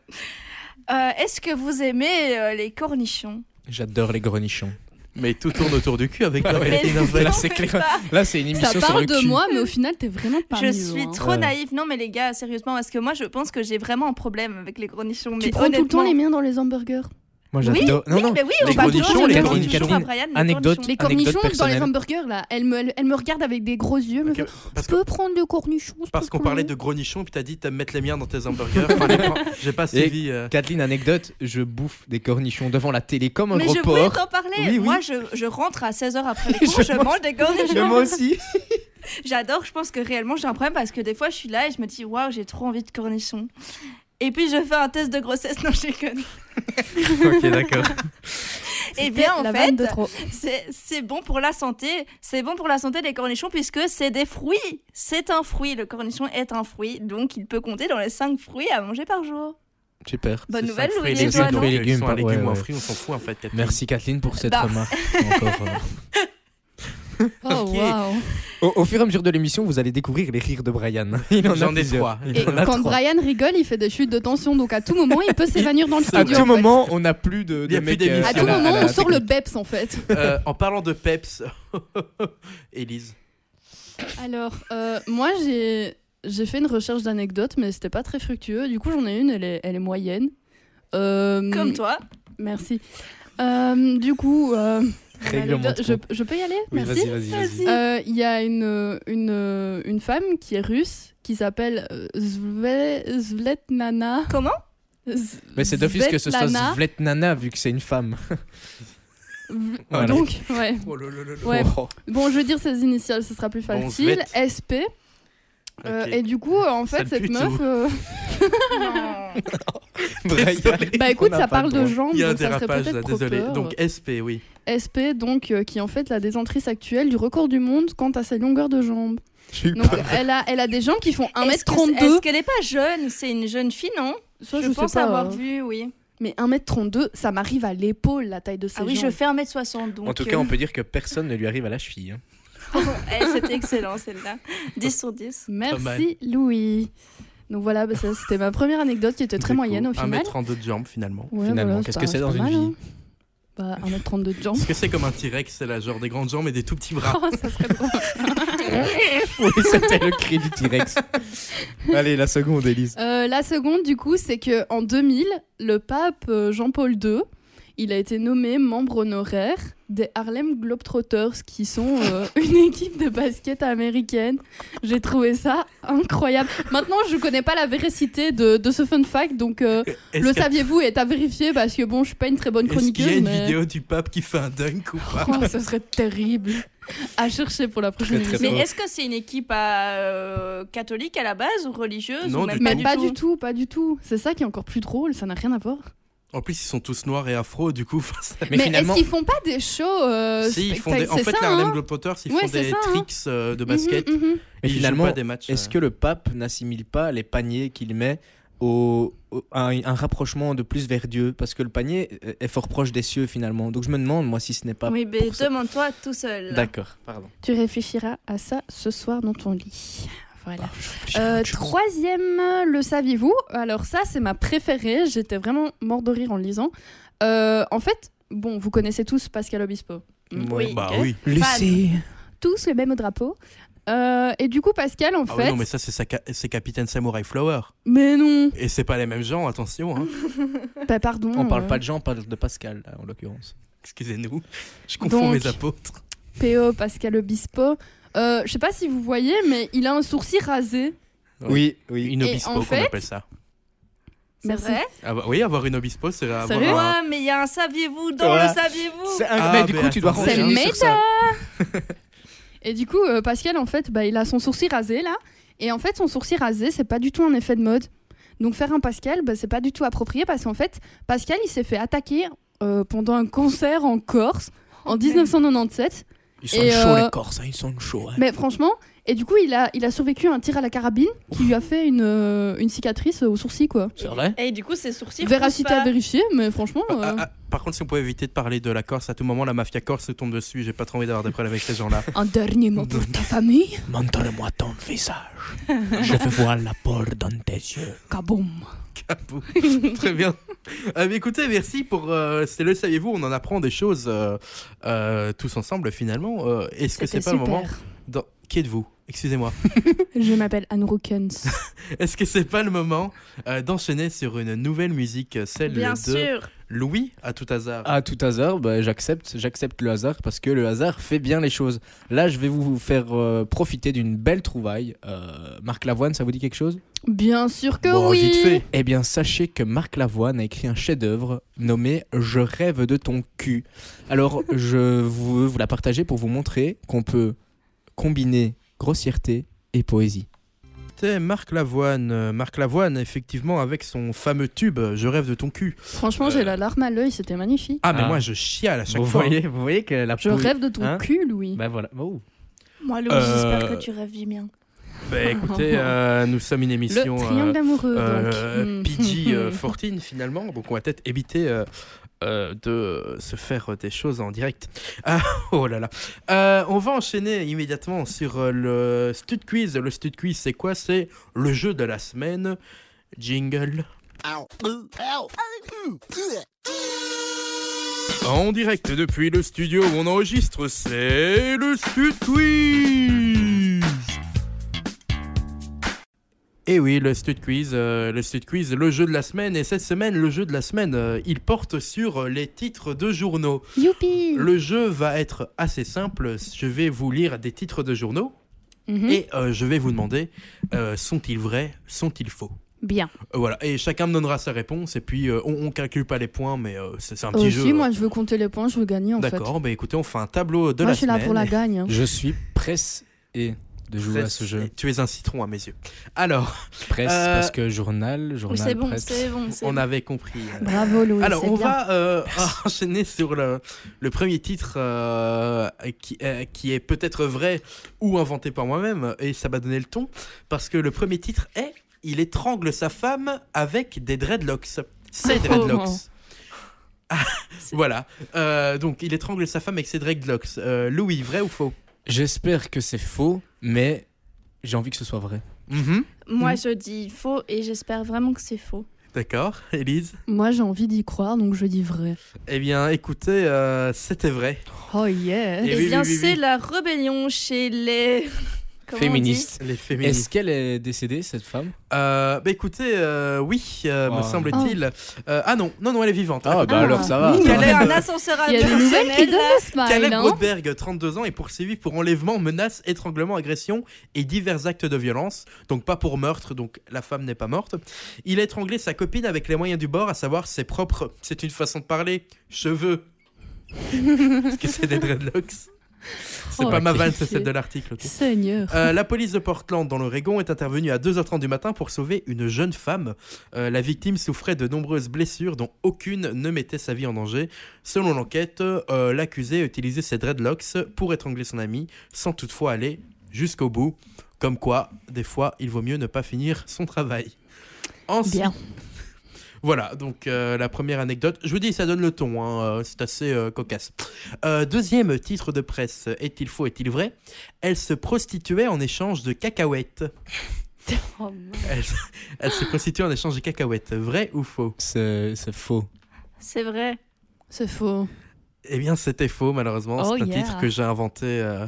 C: Euh, Est-ce que vous aimez euh, les cornichons
G: J'adore les grenichons.
A: Mais tout tourne autour du cul avec la
C: Mais
A: réalité
C: non,
A: nouvelle.
G: c'est
C: faites
G: clair.
C: pas.
G: Là, c'est une
E: Ça
G: émission sur
E: parle
G: le
E: de
G: cul.
E: moi, mais au final, t'es vraiment pas
C: Je
E: mieux,
C: suis
E: hein.
C: trop
G: Ouais.
C: naïve. Non, mais les gars, sérieusement, parce que moi, je pense que j'ai vraiment un problème avec les cornichons. mais
D: Tu prends tout le temps
C: honnêtement-
D: les miens dans les hamburgers.
G: Moi,
C: Oui,
G: j'adore.
C: oui, mais oui, on
A: les
C: parle
A: cornichons,
C: toujours
A: les
C: des
A: cornichons.
C: cornichons à Brian, les
G: Anecdote.
C: cornichons.
D: Les
G: Anecdote
D: cornichons dans les
G: personnelle.
D: hamburgers, là. Elle me, elle me regarde avec des gros yeux. elle me
A: Ok,
D: fait,
A: parce
D: Tu peux prendre le cornichon s'il
A: Parce
D: te
A: qu'on
D: plaît
A: parlait de gros nichons, puis t'as dit t'aimes mettre les miens dans tes hamburgers. Enfin, les prends- J'ai pas suivi. euh,
G: Kathleen, anecdote, je bouffe des cornichons devant la télé comme un
C: Mais
G: gros
C: je voulais
G: porc.
C: t'en parler.
G: Oui, oui.
C: Moi, je, je rentre à 16h après les cours,
G: Je
C: je, mange des
G: Mais moi
C: cornichons.
G: aussi.
C: J'adore, je pense que réellement, j'ai un problème parce que des fois, je suis là et je me dis, waouh, j'ai trop envie de cornichons. Et puis, je fais un test de grossesse. Non, je déconne.
A: ok, d'accord.
C: Et bien, en
E: La vanne de
C: fait,
E: trop.
C: c'est- c'est bon pour la santé. C'est bon pour la santé des cornichons puisque c'est des fruits. C'est un fruit. Le cornichon est un fruit. Donc, il peut compter dans les 5 fruits à manger par jour.
G: Super.
C: Bonne
A: C'est
C: nouvelle,
A: cinq fruits et
C: Louis et
A: légumes, donc,
C: toi, non
G: Fruits et
A: euh,
G: légumes,
A: sont un
G: ouais,
A: légume ou un
G: ouais.
A: fruit, on s'en fout en fait. Catherine.
G: Merci Kathleen pour cette
C: Bah.
G: remarque. Encore, euh.
E: Oh,
A: Ok.
E: waouh.
G: au, au fur et à mesure de l'émission, vous allez découvrir les rires de Brian. Il en a
A: J'en ai
G: plusieurs.
A: trois.
E: Et
G: On a
E: quand
G: trois.
E: Brian rigole, il fait des chutes de tension, donc à tout moment, il peut s'évanouir dans le
G: À
E: studio.
G: tout
E: en fait.
G: moment, on n'a plus de,
A: Il y
G: de
A: a plus
G: mec,
A: d'émission.
G: euh,
E: À
A: À
E: tout
G: la-
E: moment,
G: la
E: on sort le
G: technique.
E: BEPS, en fait.
A: Euh, en parlant de peps, Élise.
E: Alors, euh, moi, j'ai j'ai fait une recherche d'anecdotes, mais c'était pas très fructueux. Du coup, j'en ai une, elle est, elle est moyenne. Euh,
C: Comme toi.
E: Merci. Euh, du coup, euh,
G: Réglemente.
E: je, je peux y aller
G: Oui,
E: Merci.
G: vas-y, vas-y, vas-y.
E: Euh, Il y a une, une, une femme qui est russe qui s'appelle euh, Sve- Svetlana.
C: Comment
E: Z-
G: Mais c'est d'office que ce soit
E: Svetlana.
G: Svetlana, vu que c'est une femme.
E: V-
G: Voilà.
E: Donc, ouais.
A: Oh, là, là, là, là.
E: Ouais.
G: Oh.
E: Bon, je veux dire ses initiales, ce sera plus
A: Bon,
E: facile. SP. Euh,
A: Ok.
E: et du coup, euh, en fait,
A: Sale
E: cette
A: pute,
E: meuf.
A: ou-
E: euh,
A: Désolé.
E: Bah écoute,
G: On n'a
E: ça
G: pas
E: parle
G: le
E: de
G: droit.
E: jambes,
A: Il y a un
E: donc ça serait
A: dérapage là,
E: peut-être
A: désolé.
E: proper.
A: Donc SP, oui.
E: SP, donc, euh, qui est en fait la détentrice actuelle du record du monde quant à ses longueurs de jambes.
G: J'ai eu
E: Donc,
G: peur.
E: elle a, elle a des jambes qui font
C: Est-ce que- Est-ce
E: 1m32.
C: qu'elle n'est pas jeune C'est une jeune fille, non
E: Soit
C: Je, hein.
E: sais
C: pense
E: pas,
C: avoir
E: euh,
C: vu, oui.
E: Mais 1m32, ça m'arrive à l'épaule, la taille de ses
C: Ah oui,
E: jambes.
C: je fais 1m60, donc...
G: En tout
C: euh,
G: cas, on peut dire que personne ne lui arrive à la cheville. hein.
C: eh, C'était excellent, celle-là. 10 sur 10.
A: Pas mal.
E: Merci, Louis. Donc voilà, bah, ça, c'était ma première anecdote qui était très
A: Du coup,
E: moyenne au final.
A: 1m32 de jambes finalement.
E: Ouais,
G: Finalement,
E: voilà,
G: qu'est-ce
E: pas-
G: que c'est dans
E: pas
G: une
E: mal,
G: vie
E: hein. Bah, 1m32 de jambes.
A: Ce que c'est comme un T-Rex, c'est la genre des grandes jambes et des tout petits bras.
E: Oh, ça serait drôle.
G: Oui, c'était le cri du T-Rex. Allez, la seconde, Elise.
E: Euh, la seconde, du coup, c'est que en 2000, le pape euh, Jean-Paul II, il a été nommé membre honoraire des Harlem Globetrotters, qui sont euh, une équipe de basket américaine. J'ai trouvé ça incroyable. Maintenant, je connais pas la véracité de, de ce fun fact, donc euh,
A: Est-ce
E: le
A: qu'il y a-
E: saviez-vous est à vérifier parce que bon, je suis pas une très bonne
A: Est-ce qu'il y a
E: chroniqueuse,
A: une
E: mais
A: vidéo du pape qui fait un dunk ou pas
E: Oh, ça serait terrible à chercher pour la prochaine
G: Très, très
E: émission.
C: Mais est-ce que c'est une équipe euh, catholique à la base ou religieuse
A: Non,
C: ou même
A: du
E: Mais
A: tout.
E: pas du tout, pas du tout. C'est ça qui est encore plus drôle, ça n'a rien à voir.
A: En plus, ils sont tous noirs et afro, du coup. ça-
G: Mais, finalement,
E: est-ce qu'ils font pas des shows euh,
A: si, ils font
E: spectacles
A: des... En
E: C'est
A: fait,
E: ça,
A: les Harlem
E: hein
A: Globetrotters, ils
E: Ouais,
A: font
E: c'est
A: des
E: ça, hein.
A: tricks euh, de basket.
E: Mhm, mhm.
A: Et
G: mais
A: ils jouent
G: finalement,
A: pas des matchs.
G: est-ce
A: euh,
G: que le pape n'assimile pas les paniers qu'il met au, au- à un, un rapprochement de plus vers Dieu Parce que le panier euh, est fort proche des cieux finalement. Donc je me demande, moi, si ce n'est pas.
C: Oui, mais
G: pour ça.
C: demande-toi tout seul.
G: D'accord, pardon.
E: Tu réfléchiras à ça ce soir dans ton lit. Voilà.
A: Ah,
E: Euh, troisième, le saviez-vous Alors ça, c'est ma préférée. J'étais vraiment mort de rire en le lisant. Euh, en fait, bon, vous connaissez tous Pascal Obispo.
C: Oui,
A: Bah
C: ok.
A: oui.
G: Lucie
E: Tous le même drapeau. Euh, et du coup, Pascal, en
A: Ah ouais,
E: fait...
A: non, mais ça, c'est sa ca- c'est Capitaine Samurai Flower.
E: mais... non
A: Et c'est pas les mêmes gens, attention. hein.
E: Bah, Pardon.
G: On parle
E: euh,
G: pas de Jean, on parle de Pascal, là, en l'occurrence.
A: Excusez-nous. Je confonds
E: Donc,
A: mes apôtres.
E: PO Pascal Obispo. Euh, Je sais pas si vous voyez, mais il a un sourcil rasé.
A: Oui,
G: oui.
A: Une
E: Et
A: obispo,
E: en
A: qu'on
E: fait-
A: appelle ça.
C: C'est
E: Merci.
C: vrai
A: Ah bah oui, avoir une obispo, c'est avoir
E: Sérieux
A: un...
C: Ouais, mais il y a un saviez-vous dans
G: Ah, Voilà.
C: le saviez-vous
G: C'est un...
A: Ah,
G: mais du
A: mais
G: coup, tu dois
A: attendez,
G: rentrer
E: hein.
G: sur ça.
E: Et du coup, euh, Pascal, en fait, bah, il a son sourcil rasé là. Et en fait, son sourcil rasé, c'est pas du tout un effet de mode. Donc faire un Pascal, bah, c'est pas du tout approprié parce qu'en fait, Pascal, il s'est fait attaquer euh, pendant un concert en Corse en 1997.
G: Ils
E: Et, euh,
G: Corses, hein, ils sont chauds. hein.
E: Mais franchement, et du coup, il a, il a survécu à un tir à la carabine qui lui a fait une, euh, une cicatrice au sourcil quoi.
G: C'est vrai
C: Et du coup, ces sourcils.
E: Véracité
C: poussent
E: à
C: pas.
E: vérifier, mais franchement. euh,
A: Ah, ah, par contre, si on pouvait éviter de parler de la Corse, à tout moment, la mafia corse tombe dessus. J'ai pas trop envie d'avoir des problèmes avec ces gens-là.
E: Un dernier mot pour ta famille
G: Montre-moi ton visage. Je veux voir la peur dans tes yeux.
E: Kaboum
A: Capot. Très bien. Euh, mais écoutez, merci pour. euh, C'était le saviez-vous. On en apprend des choses euh, euh, tous ensemble finalement. Euh, Est-ce que c'est pas le moment d'en- Qui êtes-vous Excusez-moi.
E: Je m'appelle Anne Rookens.
A: Est-ce que c'est pas le moment euh, d'enchaîner sur une nouvelle musique, euh, celle
C: Bien
A: de
C: sûr.
A: Louis à tout hasard Ah,
G: À tout hasard, bah, j'accepte, j'accepte le hasard parce que le hasard fait bien les choses. Là, je vais vous faire euh, profiter d'une belle trouvaille. Euh, Marc Lavoine, ça vous dit quelque chose
E: Bien sûr que
A: Bon,
E: oui.
A: vite fait.
G: Eh bien, sachez que Marc Lavoine a écrit un chef-d'œuvre nommé Je rêve de ton cul. Alors, je vous, vous la partager pour vous montrer qu'on peut combiner grossièreté et poésie.
A: C'était Marc Lavoine. Euh, Marc Lavoine, effectivement, avec son fameux tube euh, Je rêve de ton cul.
E: Franchement, j'ai la larme à l'œil, c'était magnifique.
A: Ah, mais
B: Ah.
A: moi, je chiale à chaque
B: Vous
A: fois. hein.
B: voyez, vous voyez que la
E: Je
B: poésie-
E: rêve de ton
B: Hein
E: cul, Louis.
B: Bah voilà. Oh.
C: Moi, Louis,
A: Euh,
C: j'espère que tu rêves du mien.
A: Bah, écoutez, euh, nous sommes une
E: le
A: émission. euh,
E: triangle amoureux,
A: euh,
E: donc. Mm,
A: PG-14 finalement, donc on va peut-être éviter euh, euh, de se faire des choses en direct. Ah, oh là là. Euh, on va enchaîner immédiatement sur euh, le stud quiz. Le stud quiz, c'est quoi C'est le jeu de la semaine. Jingle. En direct depuis le studio où on enregistre, c'est le Stud Quiz. Et Eh oui, le Stud Quiz, euh, le Stud Quiz, le jeu de la semaine. Et cette semaine, le jeu de la semaine, euh, il porte sur euh, les titres de journaux.
E: mm. Youpi
A: Le jeu va être assez simple. Je vais vous lire des titres de journaux
E: Mhm.
A: et euh, je vais vous demander euh, sont-ils vrais, sont-ils faux
E: Bien.
A: Euh, Voilà. Et chacun me donnera sa réponse. Et puis euh, on, on calcule pas les points, mais euh, c'est c'est un petit
E: Aussi,
A: jeu.
E: moi, je veux compter les points, je veux gagner, en fait.
A: D'accord. Bah écoutez, on fait un tableau de
E: moi,
A: la
E: je suis
A: semaine.
E: là pour la gagne. hein.
G: Je suis presse et de jouer à
A: Presse,
G: ce jeu.
A: Tu es un citron à mes yeux. Alors,
G: Presse
A: Euh,
G: parce que journal,
C: Oui,
G: journal,
C: c'est bon,
G: presse.
C: c'est bon. c'est
A: on
C: bon.
A: avait compris. euh,
E: Bravo, Louis.
A: Alors,
E: c'est
A: on
E: bien.
A: va euh, enchaîner sur le, le premier titre euh, qui, euh, qui est peut-être vrai ou inventé par moi-même, et ça va donner le ton, parce que le premier titre est Il étrangle sa femme avec des dreadlocks. Ses
E: Oh.
A: dreadlocks. Ah, voilà. Euh, donc, il étrangle sa femme avec ses dreadlocks. Euh, Louis, vrai ou faux
G: J'espère que c'est faux, mais j'ai envie que ce soit vrai.
A: Mhm.
C: Moi, je dis faux et j'espère vraiment que c'est faux.
A: D'accord, Elise
E: Moi, j'ai envie d'y croire, donc je dis vrai.
A: Eh bien, écoutez, euh, c'était vrai.
E: Oh yeah.
A: Et
C: Eh
A: oui,
C: bien,
A: oui, oui,
C: c'est
A: oui.
C: la rébellion chez les. Comment on dit
G: Féministe.
A: Les
G: Est-ce
A: féministes.
G: qu'elle est décédée, cette femme
A: Euh, bah écoutez, euh, oui, euh, me
G: Oh.
A: semble-t-il. Euh, ah non, non, non, elle est vivante.
G: Ah, bah
E: Ah.
G: alors ça va.
C: Il y
A: Caleb.
C: avait un ascenseur
A: Ah,
C: à
E: Il y a des nouvelles qui donnent le
A: Caleb
E: smile, hein.
A: Rothberg, 32 ans, est poursuivi pour enlèvement, menace, étranglement, agression et divers actes de violence. Donc pas pour meurtre, donc la femme n'est pas morte. Il a étranglé sa copine avec les moyens du bord, à savoir ses propres, c'est une façon de parler, cheveux. Parce que c'est des dreadlocks. C'est
E: Oh,
A: pas ma
E: ok.
A: vanne, c'est celle de l'article. ok.
E: Seigneur.
A: Euh, la police de Portland, dans l'Oregon, est intervenue à 2h30 du matin pour sauver une jeune femme. Euh, la victime souffrait de nombreuses blessures dont aucune ne mettait sa vie en danger. Selon l'enquête, euh, l'accusé a utilisé ses dreadlocks pour étrangler son ami sans toutefois aller jusqu'au bout. Comme quoi, des fois, il vaut mieux ne pas finir son travail. Ensuite,
E: Bien.
A: voilà, donc euh, la première anecdote. Je vous dis, ça donne le ton, hein, euh, c'est assez euh, cocasse. Euh, deuxième titre de presse, est-il faux, est-il vrai Elle se prostituait en échange de cacahuètes.
E: Oh, mince.
A: Elle, se- elle se prostituait en échange de cacahuètes, vrai ou faux
G: C'est c'est faux.
C: C'est vrai.
E: C'est faux.
A: Eh bien, c'était faux, malheureusement.
E: Oh,
A: c'est un
E: yeah.
A: titre que j'ai inventé. euh,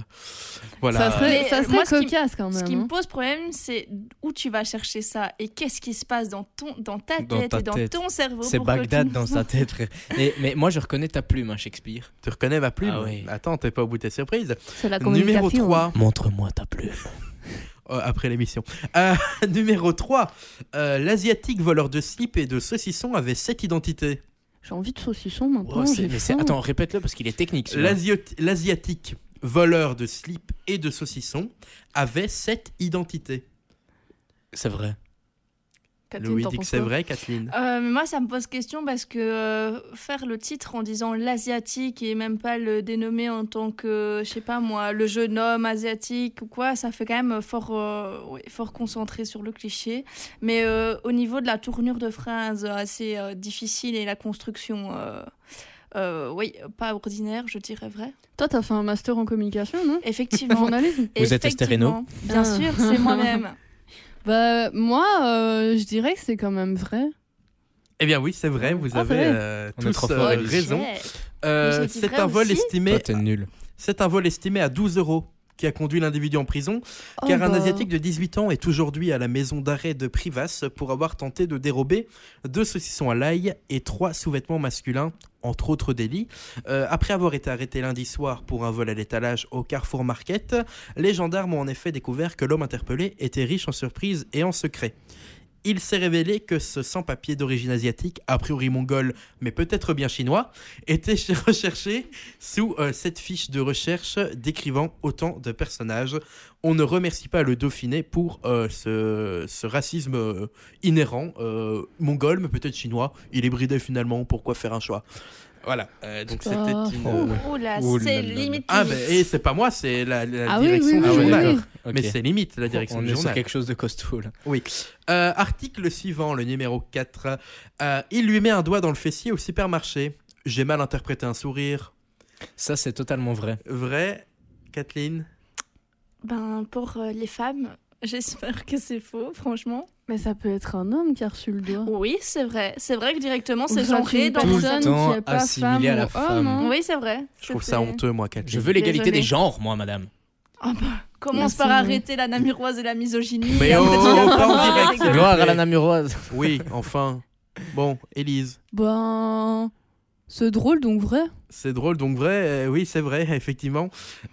A: voilà.
E: Ça serait,
C: Mais,
E: ça
C: euh,
E: serait
C: moi, ce qui-
E: cocasse quand même.
C: Ce qui me
E: hein.
C: pose problème, c'est où tu vas chercher ça et qu'est-ce qui se passe dans, ton, dans ta tête
G: Dans ta
C: et dans
G: tête.
C: ton cerveau.
G: C'est
C: pour que
G: Bagdad
C: tu-
G: dans sa tête, frère. Mais, mais moi, je reconnais ta plume, hein, Shakespeare.
A: Tu reconnais ma plume
G: Ah oui.
A: Attends, t'es pas au bout de tes surprises.
E: C'est la
A: Numéro
E: communication. hein.
A: 3.
G: Montre-moi ta plume.
A: Euh, après l'émission. Euh, numéro 3. euh, L'asiatique voleur de slip et de saucisson avait sept identités.
E: J'ai envie de saucisson maintenant.
C: Oh,
A: Oh,
G: Wow, c'est-
E: j'ai
G: mais c'est-
E: faim.
G: attends, répète-le parce qu'il est technique. celui-là.
A: L'Asiat- L'asiatique voleur de slip et de saucisson avait sept identités.
G: C'est vrai.
E: Catherine,
A: Louis
E: t'en
A: dit que
E: penses
A: c'est
E: quoi
A: vrai, Kathleen.
C: Euh, mais moi, ça me pose question parce que euh, faire le titre en disant l'asiatique et même pas le dénommer en tant que, je sais pas moi, le jeune homme asiatique ou quoi, ça fait quand même fort, euh, ouais, fort concentré sur le cliché. Mais euh, au niveau de la tournure de phrase assez euh, difficile et la construction, euh, euh, oui, pas ordinaire, je dirais vrai.
E: Toi, t'as fait un master en communication, non
C: Effectivement.
E: Journalisme
G: Vous êtes
C: Effectivement. Bien
E: Ah.
C: sûr, c'est moi-même.
E: Bah, moi, euh, je dirais que c'est quand même vrai.
A: Eh bien oui, c'est vrai, vous
E: Ah, c'est
A: avez
E: vrai.
A: euh,
G: On est
A: tous
G: trop
A: euh,
G: fort, Elise.
A: raison.
C: Ouais.
A: Euh,
C: Mais j'ai dit
A: c'est
C: vrai
A: un vol
C: aussi.
A: estimé,
G: Toi, t'es nul.
A: c'est un vol estimé à 12 euros qui a conduit l'individu en prison,
E: Oh,
A: car un
E: bah.
A: asiatique de 18 ans est aujourd'hui à la maison d'arrêt de Privas pour avoir tenté de dérober deux saucissons à l'ail et trois sous-vêtements masculins, entre autres délits. Euh, après avoir été arrêté lundi soir pour un vol à l'étalage au Carrefour Market, les gendarmes ont en effet découvert que l'homme interpellé était riche en surprises et en secrets. Il s'est révélé que ce sans-papier d'origine asiatique, a priori mongol, mais peut-être bien chinois, était ch- recherché sous euh, cette fiche de recherche décrivant autant de personnages. On ne remercie pas le Dauphiné pour euh, ce, ce racisme euh, inhérent, euh, mongol, mais peut-être chinois. Il est bridé finalement, pourquoi faire un choix Voilà, Euh, donc c'était
E: Ah.
A: une...
C: Ouh là,
G: Ouh là
C: c'est
G: là là.
C: limite.
A: Ah,
C: limite.
A: mais et c'est pas moi, c'est la, la
E: Ah oui, oui,
A: direction
E: oui,
A: du
E: Ah ouais,
G: oui,
A: journal.
E: d'accord.
A: Mais c'est limite la direction
G: On
A: du
G: est sur
A: journal.
G: quelque chose de costaud là.
A: Euh, article suivant, le numéro 4. Euh, il lui met un doigt dans le fessier au supermarché. J'ai mal interprété un sourire.
G: Ça, c'est totalement vrai.
A: Vrai, Kathleen
C: Ben, pour euh, les femmes, j'espère que c'est faux, franchement.
E: Mais ça peut être un homme qui a reçu le doigt.
C: Oui, c'est vrai. C'est vrai que directement,
E: Ou
C: c'est
E: genre
C: genré
E: une
C: dans
G: Tout le
E: personne
G: temps
E: qui est pas femme
G: assimilé à la
E: ou
G: femme.
E: homme, hein.
C: Oui, c'est vrai.
A: Je trouve
C: C'est-
A: ça honteux, moi,
G: Je
A: Kathleen.
G: veux l'égalité
E: Désolée.
G: des genres, moi, madame.
C: Ah bah, commence
E: Merci,
C: par
E: oui.
C: arrêter la namuroise et la misogynie.
A: Mais
C: et après,
A: oh,
C: tu vas
A: pas en
C: voir.
A: direct.
C: Rigole.
A: Gloire à la
G: namuroise.
A: Oui, enfin. Bon, Élise.
E: Ben. C'est drôle donc vrai.
A: C'est drôle, donc vrai, euh, oui, c'est vrai, effectivement.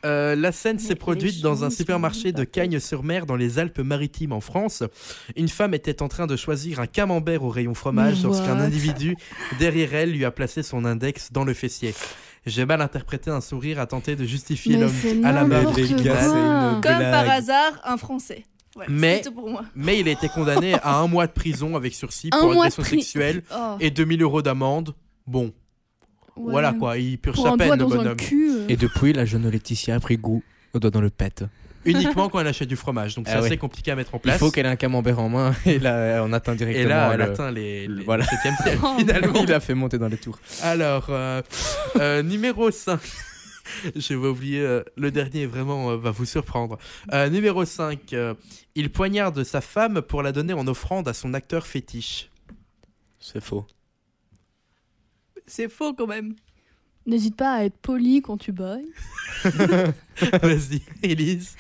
A: Euh, la scène
C: Mais
A: s'est
C: les
A: produite dans un
C: choses
A: supermarché
C: sont
A: de Cagnes-sur-Mer dans les Alpes-Maritimes en France. Une femme était en train de choisir un camembert au rayon fromage
E: Mais
A: lorsqu'un
E: what
A: individu derrière elle lui a placé son index dans le fessier. J'ai mal interprété un sourire à tenter de justifier
E: Mais
A: l'homme
E: c'est
A: à la barre.
E: n'importe
G: les gars, c'est
E: quoi.
G: une-
C: Comme par
G: Blague.
C: hasard, un Français. Voilà,
A: Mais-
C: C'est tout pour moi.
A: Mais il a été condamné à un mois de prison avec sursis
E: Un
A: pour
E: mois de
A: agression
E: pri-
A: sexuelle
E: Oh,
A: et 2000 euros d'amende. Bon,
E: ouais.
A: voilà quoi, il purge
E: Pour
A: sa
E: un doigt
A: peine, le
E: dans un
A: bonhomme.
E: cul. euh.
G: Et depuis, la jeune Laetitia a pris goût au doigt dans le pet.
A: Uniquement quand elle achète du fromage, donc c'est
G: Ah
A: assez
G: ouais.
A: compliqué à mettre en
G: Il
A: place.
G: faut qu'elle ait un camembert en main et là, on atteint directement.
A: Et là, elle
G: le-
A: atteint les,
G: le-
A: les
G: voilà.
A: septième ciel,
E: Oh,
A: finalement.
G: Il l'a fait monter dans les tours.
A: Alors, euh, euh, numéro 5. Je vais oublier, euh, le dernier vraiment euh, va vous surprendre. Euh, numéro 5. euh, il poignarde sa femme pour la donner en offrande à son acteur fétiche.
G: C'est faux.
C: Oh, C'est faux quand même.
E: N'hésite pas à être poli quand tu bailles.
A: Vas-y, Elise.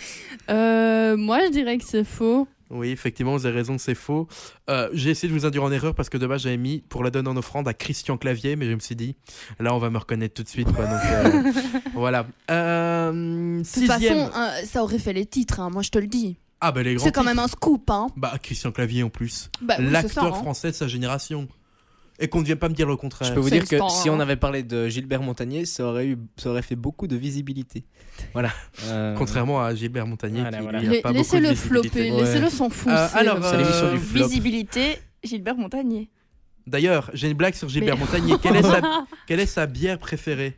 E: Euh, moi, je dirais que c'est faux.
A: Oui, effectivement, vous avez raison, c'est faux. Euh, j'ai essayé de vous induire en erreur parce que de base, j'avais mis pour la donne en offrande à Christian Clavier, mais je me suis dit, là, on va me reconnaître tout de suite. quoi, donc, euh, voilà. Euh,
D: De toute
A: sixième.
D: façon,
E: hein,
D: euh, ça aurait fait les titres, hein, moi je te le dis.
A: ah, bah, les grands.
D: C'est quand
A: titres.
D: même un scoop, hein.
A: Bah, Christian Clavier en plus.
E: Ah
D: Bah, oui, ce
A: L'acteur
D: soir, hein.
A: français de sa génération. Et qu'on ne vienne pas me dire le contraire.
G: Je peux vous
D: C'est
G: dire que
D: extant,
G: si
D: hein.
G: on avait parlé de Gilbert Montagnier, ça aurait, eu, ça aurait fait beaucoup de visibilité. Voilà. Euh,
A: Contrairement à Gilbert Montagnier,
B: Voilà,
A: qui,
B: voilà.
A: lui, a pas beaucoup de
E: Laissez-le
A: visibilité.
E: flopper,
G: Ouais.
E: laissez-le s'enfoncer.
A: Euh, alors,
E: là-bas.
G: C'est l'émission du flop.
C: Visibilité, Gilbert Montagnier.
A: D'ailleurs, j'ai une blague sur Gilbert
C: Mais-
A: Montagnier. Quelle est, sa... quelle est sa bière préférée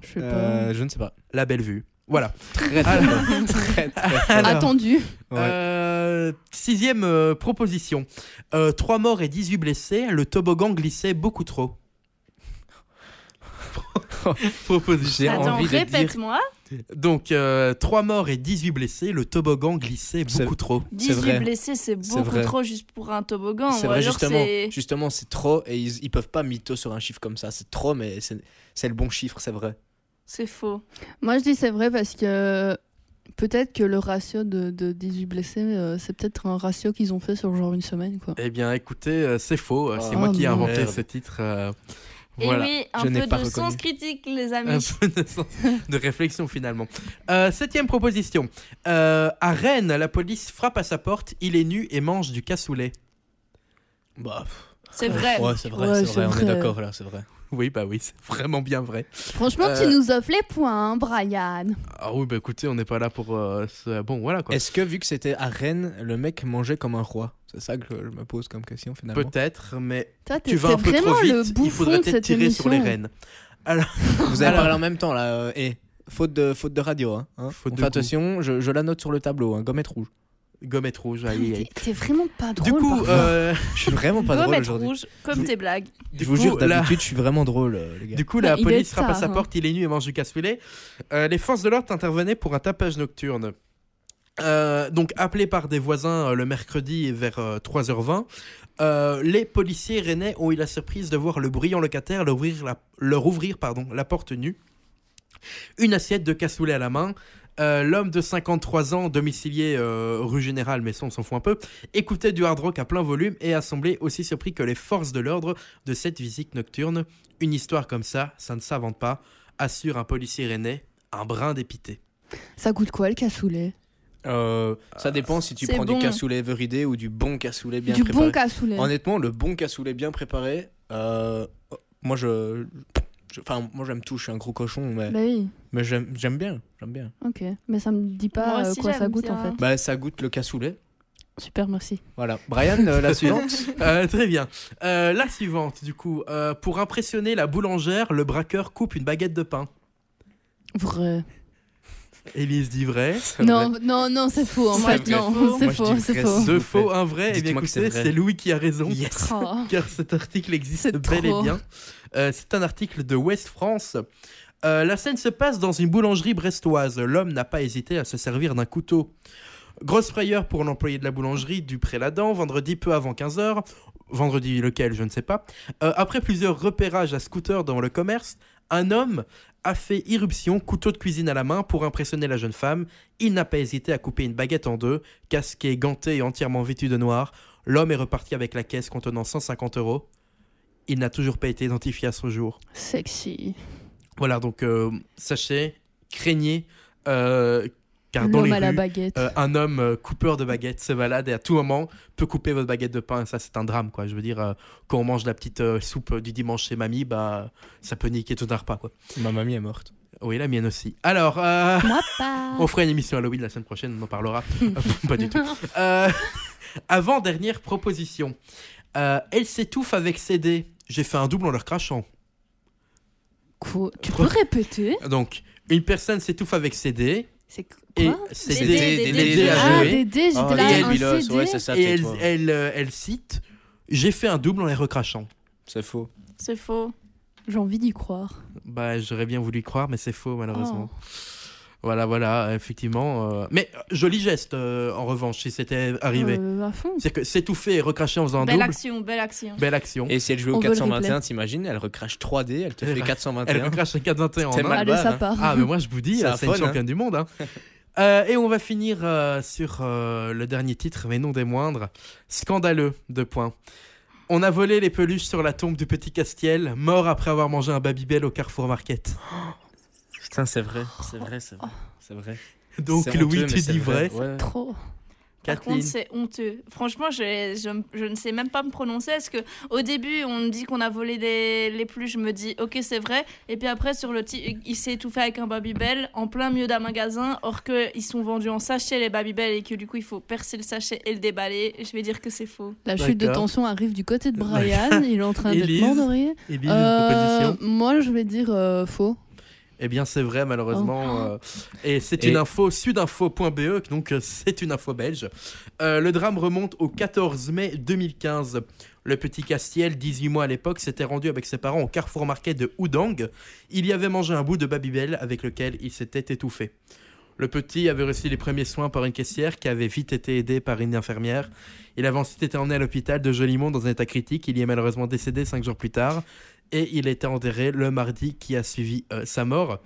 E: Je sais pas.
G: euh, je ne sais pas.
A: La Bellevue. Voilà.
G: Très très
A: Alors-
G: fort. Très, très fort.
A: Alors-
E: Attendu.
G: Ouais.
A: Euh, sixième euh, proposition. Euh, Trois morts et 18 blessés, le toboggan glissait beaucoup trop.
G: J'ai
A: proposition.
C: Attends,
G: envie de
C: répète-moi.
A: Donc, euh, trois morts et 18 blessés, le toboggan glissait
G: C'est-
A: beaucoup trop.
G: C'est
C: 18
G: vrai.
C: blessés, c'est
G: C'est
C: beaucoup
G: vrai.
C: trop juste pour un toboggan.
G: C'est
C: ou
G: vrai,
C: alors
G: justement.
C: c'est-
G: Justement, c'est trop et ils, ils peuvent pas mytho sur un chiffre comme ça. C'est trop, mais c'est c'est le bon chiffre, c'est vrai.
C: C'est faux.
E: Moi, je dis c'est vrai parce que peut-être que le ratio de, de 18 blessés, euh, c'est peut-être un ratio qu'ils ont fait sur genre une semaine, quoi.
A: Eh bien, écoutez, euh, c'est faux. euh, C'est
G: Oh
A: moi qui ai
E: non.
A: inventé
G: Merde.
A: ce titre. euh,
E: Eh
A: voilà.
C: Et oui, un
G: je n'ai
C: peu de
G: pas
C: sens
G: reconnu.
C: critique, les
A: Un
C: amis.
A: peu de, sens- de réflexion finalement. Euh, septième proposition. Euh, à Rennes, la police frappe à sa porte, il est nu et mange du cassoulet.
G: Bah,
C: C'est vrai.
G: c'est
E: vrai, Ouais, c'est c'est vrai, on est vrai. d'accord,
G: là, c'est vrai.
A: Oui, bah oui, c'est vraiment bien vrai.
D: Franchement,
A: Euh,
D: tu nous offres les points, hein, Brian.
A: Ah oui, bah écoutez, on n'est pas là pour... euh, ce- Bon, voilà quoi.
G: Est-ce que, vu que c'était à Rennes, le mec mangeait comme un roi C'est ça que je me pose comme question finalement.
A: Peut-être, mais
E: Toi, t'es-
A: tu vas un
E: t'es
A: peu
E: vraiment
A: trop
E: le
A: vite, il
E: bouffon
A: faudrait
E: de
A: peut-être
E: cette
A: tirer sur les
E: émission.
A: rennes.
G: Vous avez
A: Alors-
G: parlé en même temps là. euh, eh, faute de, faute de radio. Hein, hein.
A: Faute
G: On
A: de
G: fait
A: goût.
G: attention, je, je la note sur le tableau, hein, gommette rouge.
A: Gommette rouge,
E: Ah
A: aïe, aïe, aïe.
D: T'es t'es vraiment pas drôle.
A: Du coup,
D: par
A: euh,
G: Je suis vraiment pas drôle
C: Gommette
G: aujourd'hui.
C: rouge, comme tes blagues.
A: du
G: Je vous
A: coup,
G: jure,
A: la-
G: d'habitude, je suis vraiment drôle, euh, les gars.
A: Du coup, la
E: Il est
A: police frappe à
E: tard,
A: sa
E: hein.
A: porte, il est nu et mange du cassoulet. Euh, les forces de l'ordre intervenaient pour un tapage nocturne. Euh, donc appelé par des voisins euh, le mercredi vers euh, 3h20, euh, les policiers rennais ont eu la surprise de voir le brillant locataire leur ouvrir la, leur ouvrir, pardon, la porte nue, une assiette de cassoulet à la main. Euh, L'homme de 53 ans, domicilié euh, rue Générale, mais ça on s'en fout un peu, écoutait du hard rock à plein volume et a semblé aussi surpris que les forces de l'ordre de cette visite nocturne. Une histoire comme ça, ça ne s'invente pas, assure un policier rennais, un brin dépité.
E: Ça coûte quoi le cassoulet
G: Euh, ça dépend si tu
C: c'est
G: prends
C: bon.
G: du cassoulet everyday ou du bon cassoulet bien
E: Du
G: préparé.
E: bon cassoulet.
G: Honnêtement, le bon cassoulet bien préparé, euh, moi je. je- Enfin, moi j'aime tout, je suis un gros cochon, mais,
E: Bah oui,
G: mais j'aime j'aime bien, j'aime bien.
E: ok. Mais ça me dit pas
C: Moi
E: euh,
C: aussi,
E: quoi ça
C: j'aime
E: goûte en
C: bien.
E: fait.
G: Bah ça goûte le cassoulet.
E: Super, merci.
G: Voilà. Brian, euh, la suivante.
A: Euh, très bien. Euh, la suivante, du coup. Euh, pour impressionner la boulangère, le braqueur coupe une baguette de pain.
E: Vrai.
A: Élise dit vrai.
E: Non, non, non, c'est faux en
G: C'est
E: fait.
G: vrai.
E: Non, c'est
G: Moi, je
E: faux,
G: dis
E: c'est
G: vrai,
E: faux.
G: s'il
A: Deux
G: vous plaît.
A: faux, un vrai. Eh bien,
G: Dites-moi que c'est
A: écoutez,
G: vrai.
A: c'est Louis qui a raison.
G: Yes.
E: Oh.
A: Car cet article existe
E: C'est
A: bel et
E: trop.
A: bien. Euh, c'est un article de West France. Euh, la scène se passe dans une boulangerie brestoise. L'homme n'a pas hésité à se servir d'un couteau. Grosse frayeur pour l'employé de la boulangerie du Préladan, vendredi peu avant 15h, vendredi lequel je ne sais pas. Euh, après plusieurs repérages à scooter dans le commerce, un homme a fait irruption, couteau de cuisine à la main pour impressionner la jeune femme. Il n'a pas hésité à couper une baguette en deux, casqué, ganté et entièrement vêtu de noir. L'homme est reparti avec la caisse contenant 150 euros. Il n'a toujours pas été identifié à ce jour.
E: Sexy.
A: Voilà, donc euh, sachez, craignez, euh, car dans
E: L'homme
A: les
E: à la
A: rues,
E: baguette.
A: euh, un homme euh, coupeur de baguettes se balade et à tout moment peut couper votre baguette de pain. Et ça, c'est un drame, quoi. Je veux dire, euh, quand on mange la petite euh, soupe du dimanche chez mamie, bah, ça peut niquer tout un repas, quoi.
G: Ma mamie est morte.
A: Oui, la mienne aussi. Alors, euh,
D: Moi pas.
A: on fera une émission Halloween la semaine prochaine, on en parlera. Euh, pas du tout. Euh, avant dernière proposition. Euh, elle s'étouffe avec ses dés. J'ai fait un double en leur crachant.
E: Quoi Tu peux répéter
A: Donc, une personne s'étouffe avec ses dés.
D: C'est quoi
A: Et ses dés-
C: Des dés,
A: des
C: des
A: dés
C: dés.
A: à
E: Ah,
A: jouer.
E: des dés, j'étais là,
A: Gaël
E: un
G: Milos,
E: CD.
G: Oh, ouais, c'est ça,
A: Et
G: tais
A: elle, elle, euh, elle cite J'ai fait un double en les recrachant.
G: C'est faux.
C: C'est faux.
E: J'ai envie d'y croire.
C: Oh.
A: Bah, j'aurais bien voulu y croire, mais c'est faux, malheureusement. Voilà, voilà, effectivement. euh, Mais euh, joli geste, euh, en revanche, si c'était arrivé.
E: Euh, à fond.
A: C'est que s'étouffer et recracher en faisant un
C: Mm. Belle
A: double,
C: action, belle action.
A: belle action.
G: Et si elle jouait
E: On
G: au
E: veut le
G: 421,
E: replay.
G: t'imagines, elle recrache 3D, elle te
A: Elle
G: fait
A: recrache- elle
G: 421.
A: recrache 4-21 en
G: C'était
A: un.
G: mal
E: Allez,
G: barre,
E: ça
G: hein.
E: part.
A: Ah, mais moi je vous dis,
G: C'est
A: euh,
G: un
A: c'est une
G: fun, hein.
A: championne du monde. hein. Euh, et on va finir euh, sur euh, le dernier titre, mais non des moindres. Scandaleux, deux points. On a volé les peluches sur la tombe du petit Castiel, mort après avoir mangé un Babybel au Carrefour Market.
G: Putain, c'est vrai, c'est vrai, c'est vrai. C'est vrai.
A: Donc
G: C'est
A: Louis,
G: honteux, mais
A: tu
G: c'est
A: dis vrai.
G: Ouais.
E: Trop.
C: Par
A: Kathleen.
C: contre, c'est honteux. Franchement, je, je- je ne sais même pas me prononcer. Parce que au début, on me dit qu'on a volé les, les plus. Je me dis, ok, c'est vrai. Et puis après, sur le ti- il s'est étouffé avec un Babybel en plein milieu d'un magasin. Or que ils sont vendus en sachet les Babybel et que du coup, il faut percer le sachet et le déballer. Je vais dire que c'est faux.
E: La chute de
A: D'accord.
E: tension arrive du côté de Brian. Il est en train d'être
A: Élise.
E: mandoré.
A: Et Lily, une
E: Euh,
A: proposition
E: moi, je vais dire euh, faux.
A: Eh bien, c'est vrai, malheureusement. euh, et c'est
G: Et-
A: une info sudinfo.be, donc euh, c'est une info belge. Euh, le drame remonte au 14 mai 2015. Le petit Castiel, 18 mois à l'époque, s'était rendu avec ses parents au carrefour market de Houdang. Il y avait mangé un bout de Babybel avec lequel il s'était étouffé. Le petit avait reçu les premiers soins par une caissière qui avait vite été aidée par une infirmière. Il avait ensuite été emmené à l'hôpital de Jolimont dans un état critique. Il y est malheureusement décédé cinq jours plus tard et il était enterré le mardi qui a suivi euh, sa mort.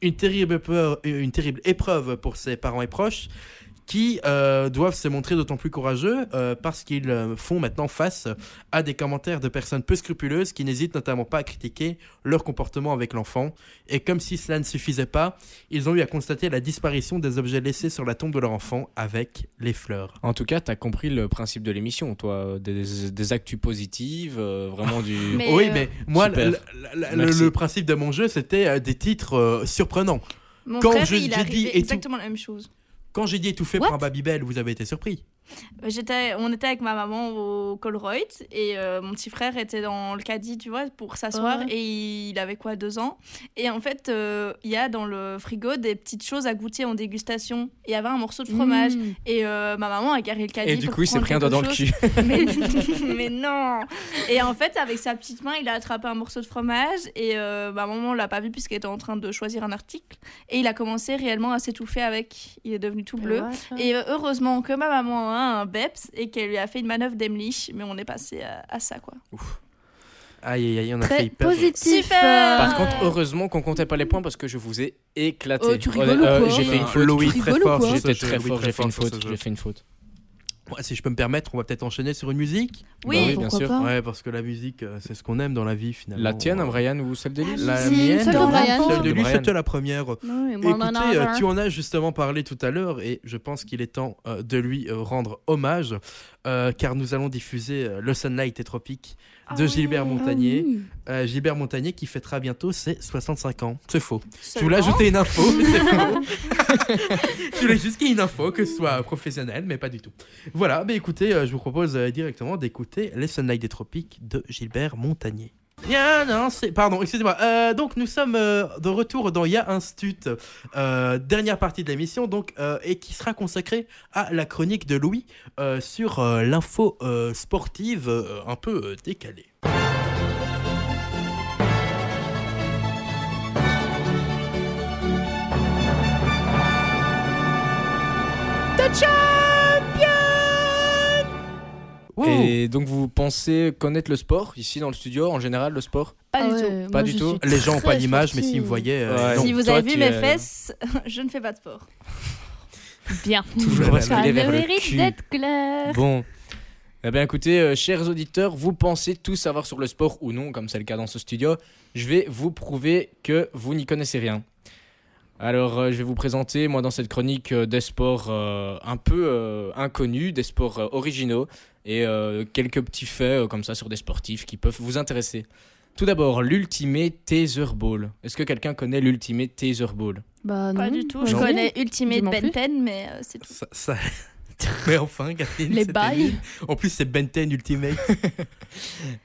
A: Une terrible, peur- euh, une terrible épreuve pour ses parents et proches qui euh, doivent se montrer d'autant plus courageux euh, parce qu'ils euh, font maintenant face à des commentaires de personnes peu scrupuleuses qui n'hésitent notamment pas à critiquer leur comportement avec l'enfant. Et comme si cela ne suffisait pas, ils ont eu à constater la disparition des objets laissés sur la tombe de leur enfant avec les fleurs.
G: En tout cas, t'as compris le principe de l'émission, toi. euh, Des, des actus positives, euh, vraiment du.
C: Mais- Et
A: oui,
C: euh,
A: mais moi,
G: Super.
A: l- l- l-
G: Merci.
A: le principe de mon jeu, c'était euh, des titres euh, surprenants.
C: Mon
A: Quand
C: frère,
A: je-
C: il
A: j'ai
C: est
A: dit
C: arrivé
A: et tout-
C: exactement la même chose.
A: Quand j'ai dit étouffé
D: What
A: par un Babybel, vous avez été surpris.
C: J'étais, on était avec ma maman au Colruyt et euh, mon petit frère était dans le caddie, tu vois, pour s'asseoir
E: Ouais.
C: et il avait quoi, deux ans. Et en fait, euh, il y a dans le frigo des petites choses à goûter en dégustation. Et Il y avait un morceau de fromage
E: Mmh.
C: et euh, ma maman a garé le caddie.
G: Et du
C: pour
G: coup, il s'est
C: prendre
G: pris un doigt dans
C: quelque
G: le
C: chose.
G: cul.
C: Mais, mais non Et en fait, avec sa petite main, il a attrapé un morceau de fromage et euh, ma maman l'a pas vu puisqu'elle était en train de choisir un article. Et il a commencé réellement à s'étouffer avec. Il est devenu tout bleu. Et euh, heureusement que ma maman a un BEPS et qu'elle lui a fait une manœuvre d'Emlich, mais on est passé à, à ça quoi.
A: Aïe, aïe, aïe, on a
D: Très
A: failli perdre.
D: positif.
E: Ah.
C: Super.
D: euh,
G: Par contre, heureusement qu'on comptait pas les points parce que je vous ai éclaté. euh,
E: Oh, tu rigoles ou quoi
G: J'ai fait une
A: Non,
G: faute.
A: Louis, très
E: Tu rigoles ou
A: fort.
E: quoi
A: sur ce
G: J'étais
A: jeu,
G: très
A: Louis,
G: fort, j'ai fait une
A: sur ce
G: faute.
A: jeu.
G: J'ai fait une faute.
A: Ouais, si je peux me permettre, on va peut-être enchaîner sur une musique.
C: Oui,
G: Bah oui, bien
E: pourquoi
G: sûr.
E: pas.
A: Ouais, parce que la musique, euh, c'est ce qu'on aime dans la vie finalement. euh,
G: La tienne,
A: Ouais.
G: hein, Brian, ou celle d'Élise
A: Ah, La
D: Si,
A: mienne,
D: celle de
A: non,
D: Brian.
A: Celle de lui,
G: Brian.
A: c'était la première.
E: Oui, moi,
A: Écoutez,
E: nanana.
A: euh, tu en as justement parlé tout à l'heure et je pense qu'il est temps euh, de lui euh, rendre hommage euh, car nous allons diffuser euh, Le Sunlight et Tropique de
C: Ah
A: Gilbert
C: oui.
E: Ah
A: Montagnier.
E: oui.
A: Euh, Gilbert Montagnier qui fêtera bientôt ses 65 ans. C'est faux. Je
C: Seulement.
A: voulais ajouter une info. mais c'est faux. Je voulais juste qu'il y ait une info, que ce soit professionnelle, mais pas du tout. Voilà, mais écoutez, euh, je vous propose euh, directement d'écouter Les Sunlight des Tropiques de Gilbert Montagnier. Bien, non, c'est... Pardon, excusez-moi. Euh, donc, nous sommes euh, de retour dans Ya Institut, euh, dernière partie de l'émission, donc, euh, et qui sera consacrée à la chronique de Louis euh, sur euh, l'info euh, sportive euh, un peu euh, décalée. Wow.
G: Et donc, vous pensez connaître le sport ici dans le studio En général, le sport
E: Ah
C: Pas du tout.
E: ouais,
G: Pas
E: moi,
G: du
E: je
G: tout.
E: suis
A: Les gens n'ont pas
E: très
A: l'image, mais
E: sportive.
A: s'ils me voyaient. euh,
G: Ah Ouais.
A: non.
C: si vous
G: toi,
C: avez vu
G: tu
C: mes
G: es-
C: fesses, je ne fais pas de sport.
E: Bien.
A: Toujours parce
E: Ça
A: qu'il
E: le
G: est vers le
E: mérite
G: cul.
E: d'être clair.
G: Bon. Eh bien, écoutez, euh, chers auditeurs, vous pensez tout savoir sur le sport ou non, comme c'est le cas dans ce studio. Je vais vous prouver que vous n'y connaissez rien. Alors, euh, je vais vous présenter, moi, dans cette chronique, euh, des sports euh, un peu euh, inconnus, des sports euh, originaux et euh, quelques petits faits euh, comme ça sur des sportifs qui peuvent vous intéresser. Tout d'abord, l'Ultimate Taser Ball. Est-ce que quelqu'un connaît l'Ultimate Taser Ball
E: Bah,
C: Pas
E: non.
C: du tout.
E: Ouais.
C: Je
E: Non.
C: connais Ultimate
E: Dis-moi plus.
C: Ben Ten, mais euh, c'est tout.
A: Ça, ça- Mais enfin, Catherine.
E: Les
A: c'était
E: bails.
A: nul. En plus, c'est Ben 10 Ultimate.
G: Eh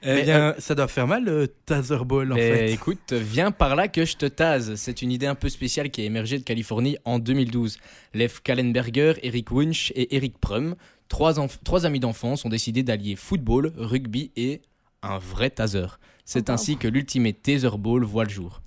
A: Mais,
G: bien,
A: euh, ça doit faire mal le Taser Ball en
G: Mais
A: fait.
G: Eh, écoute, viens par là que je te tase. C'est une idée un peu spéciale qui a émergé de Californie en 2012. Lev Kallenberger, Eric Wunsch et Eric Prum, trois, enf- trois amis d'enfance, ont décidé d'allier football, rugby et un vrai taser. C'est
E: Oh,
G: ainsi que l'Ultimate Taser Ball voit le jour.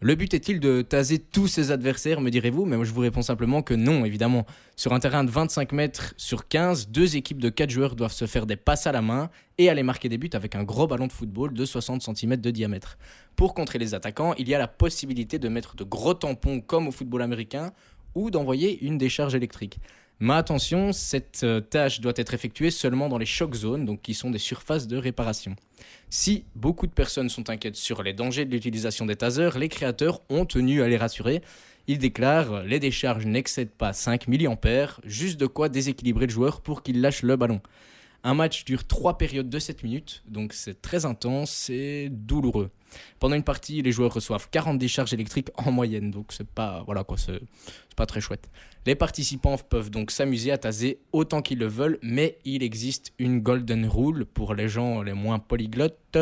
G: Le but est-il de taser tous ses adversaires, me direz-vous Mais moi, je vous réponds simplement que non, évidemment. Sur un terrain de 25 mètres sur 15, deux équipes de 4 joueurs doivent se faire des passes à la main et aller marquer des buts avec un gros ballon de football de 60 cm de diamètre. Pour contrer les attaquants, il y a la possibilité de mettre de gros tampons comme au football américain ou d'envoyer une décharge électrique. Mais attention, cette euh, tâche doit être effectuée seulement dans les choc zones, donc qui sont des surfaces de réparation. Si beaucoup de personnes sont inquiètes sur les dangers de l'utilisation des tasers, les créateurs ont tenu à les rassurer. Ils déclarent les décharges n'excèdent pas 5 mA, juste de quoi déséquilibrer le joueur pour qu'il lâche le ballon. Un match dure 3 périodes de 7 minutes, donc c'est très intense et douloureux. Pendant une partie, les joueurs reçoivent 40 décharges électriques en moyenne, donc c'est pas voilà quoi, c'est c'est pas très chouette. Les participants peuvent donc s'amuser à taser autant qu'ils le veulent, mais il existe une golden rule pour les gens les moins polyglottes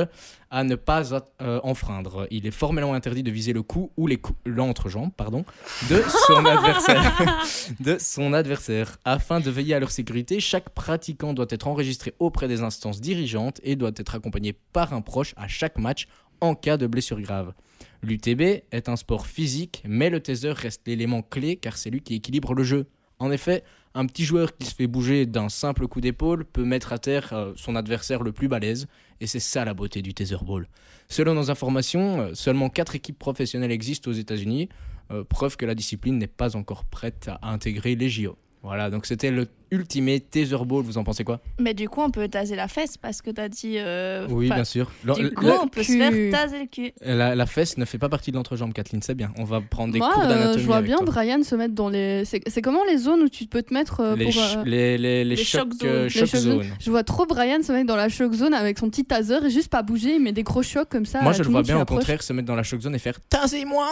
G: à ne pas at- euh, enfreindre. Il est formellement interdit de viser le cou ou les cou- l'entrejambe, pardon, de son adversaire, de son adversaire. Afin de veiller à leur sécurité, chaque pratiquant doit être enregistré auprès des instances dirigeantes et doit être accompagné par un proche à chaque match en cas de blessure grave. L'UTB est un sport physique, mais le taser reste l'élément clé car c'est lui qui équilibre le jeu. En effet, un petit joueur qui se fait bouger d'un simple coup d'épaule peut mettre à terre euh, son adversaire le plus balèze, et c'est ça la beauté du taser ball. Selon nos informations, euh, seulement 4 équipes professionnelles existent aux États-Unis, euh, preuve que la discipline n'est pas encore prête à intégrer les JO. Voilà, donc c'était le ultimate taser ball, vous en pensez quoi
C: Mais du coup, on peut taser la fesse parce que t'as dit. euh, pas-
G: sûr.
C: Du coup,
D: le
C: on peut se
D: cul.
C: faire taser le cul.
G: la, la fesse ne fait pas partie de l'entrejambe, Kathleen, c'est bien. On va prendre des
E: Moi,
G: cours
E: euh,
G: d'anatomie.
E: je vois
G: avec
E: bien
G: toi.
E: Brian se mettre dans les. C'est c'est comment les zones où tu peux te mettre euh,
G: les,
E: pour.
G: ch-
E: euh,
G: les, les, les
C: les
G: chocs,
C: chocs
G: euh,
C: zones.
G: chocs
E: chocs zones.
G: zones.
E: Je vois trop Brian se mettre dans la choc zone avec son petit taser et juste pas bouger, il met des gros chocs comme ça.
G: Moi,
E: à
G: je le
E: tout
G: vois
E: monde qui
G: bien au
E: Ah, approche.
G: contraire se mettre dans la choc zone et faire Tasez-moi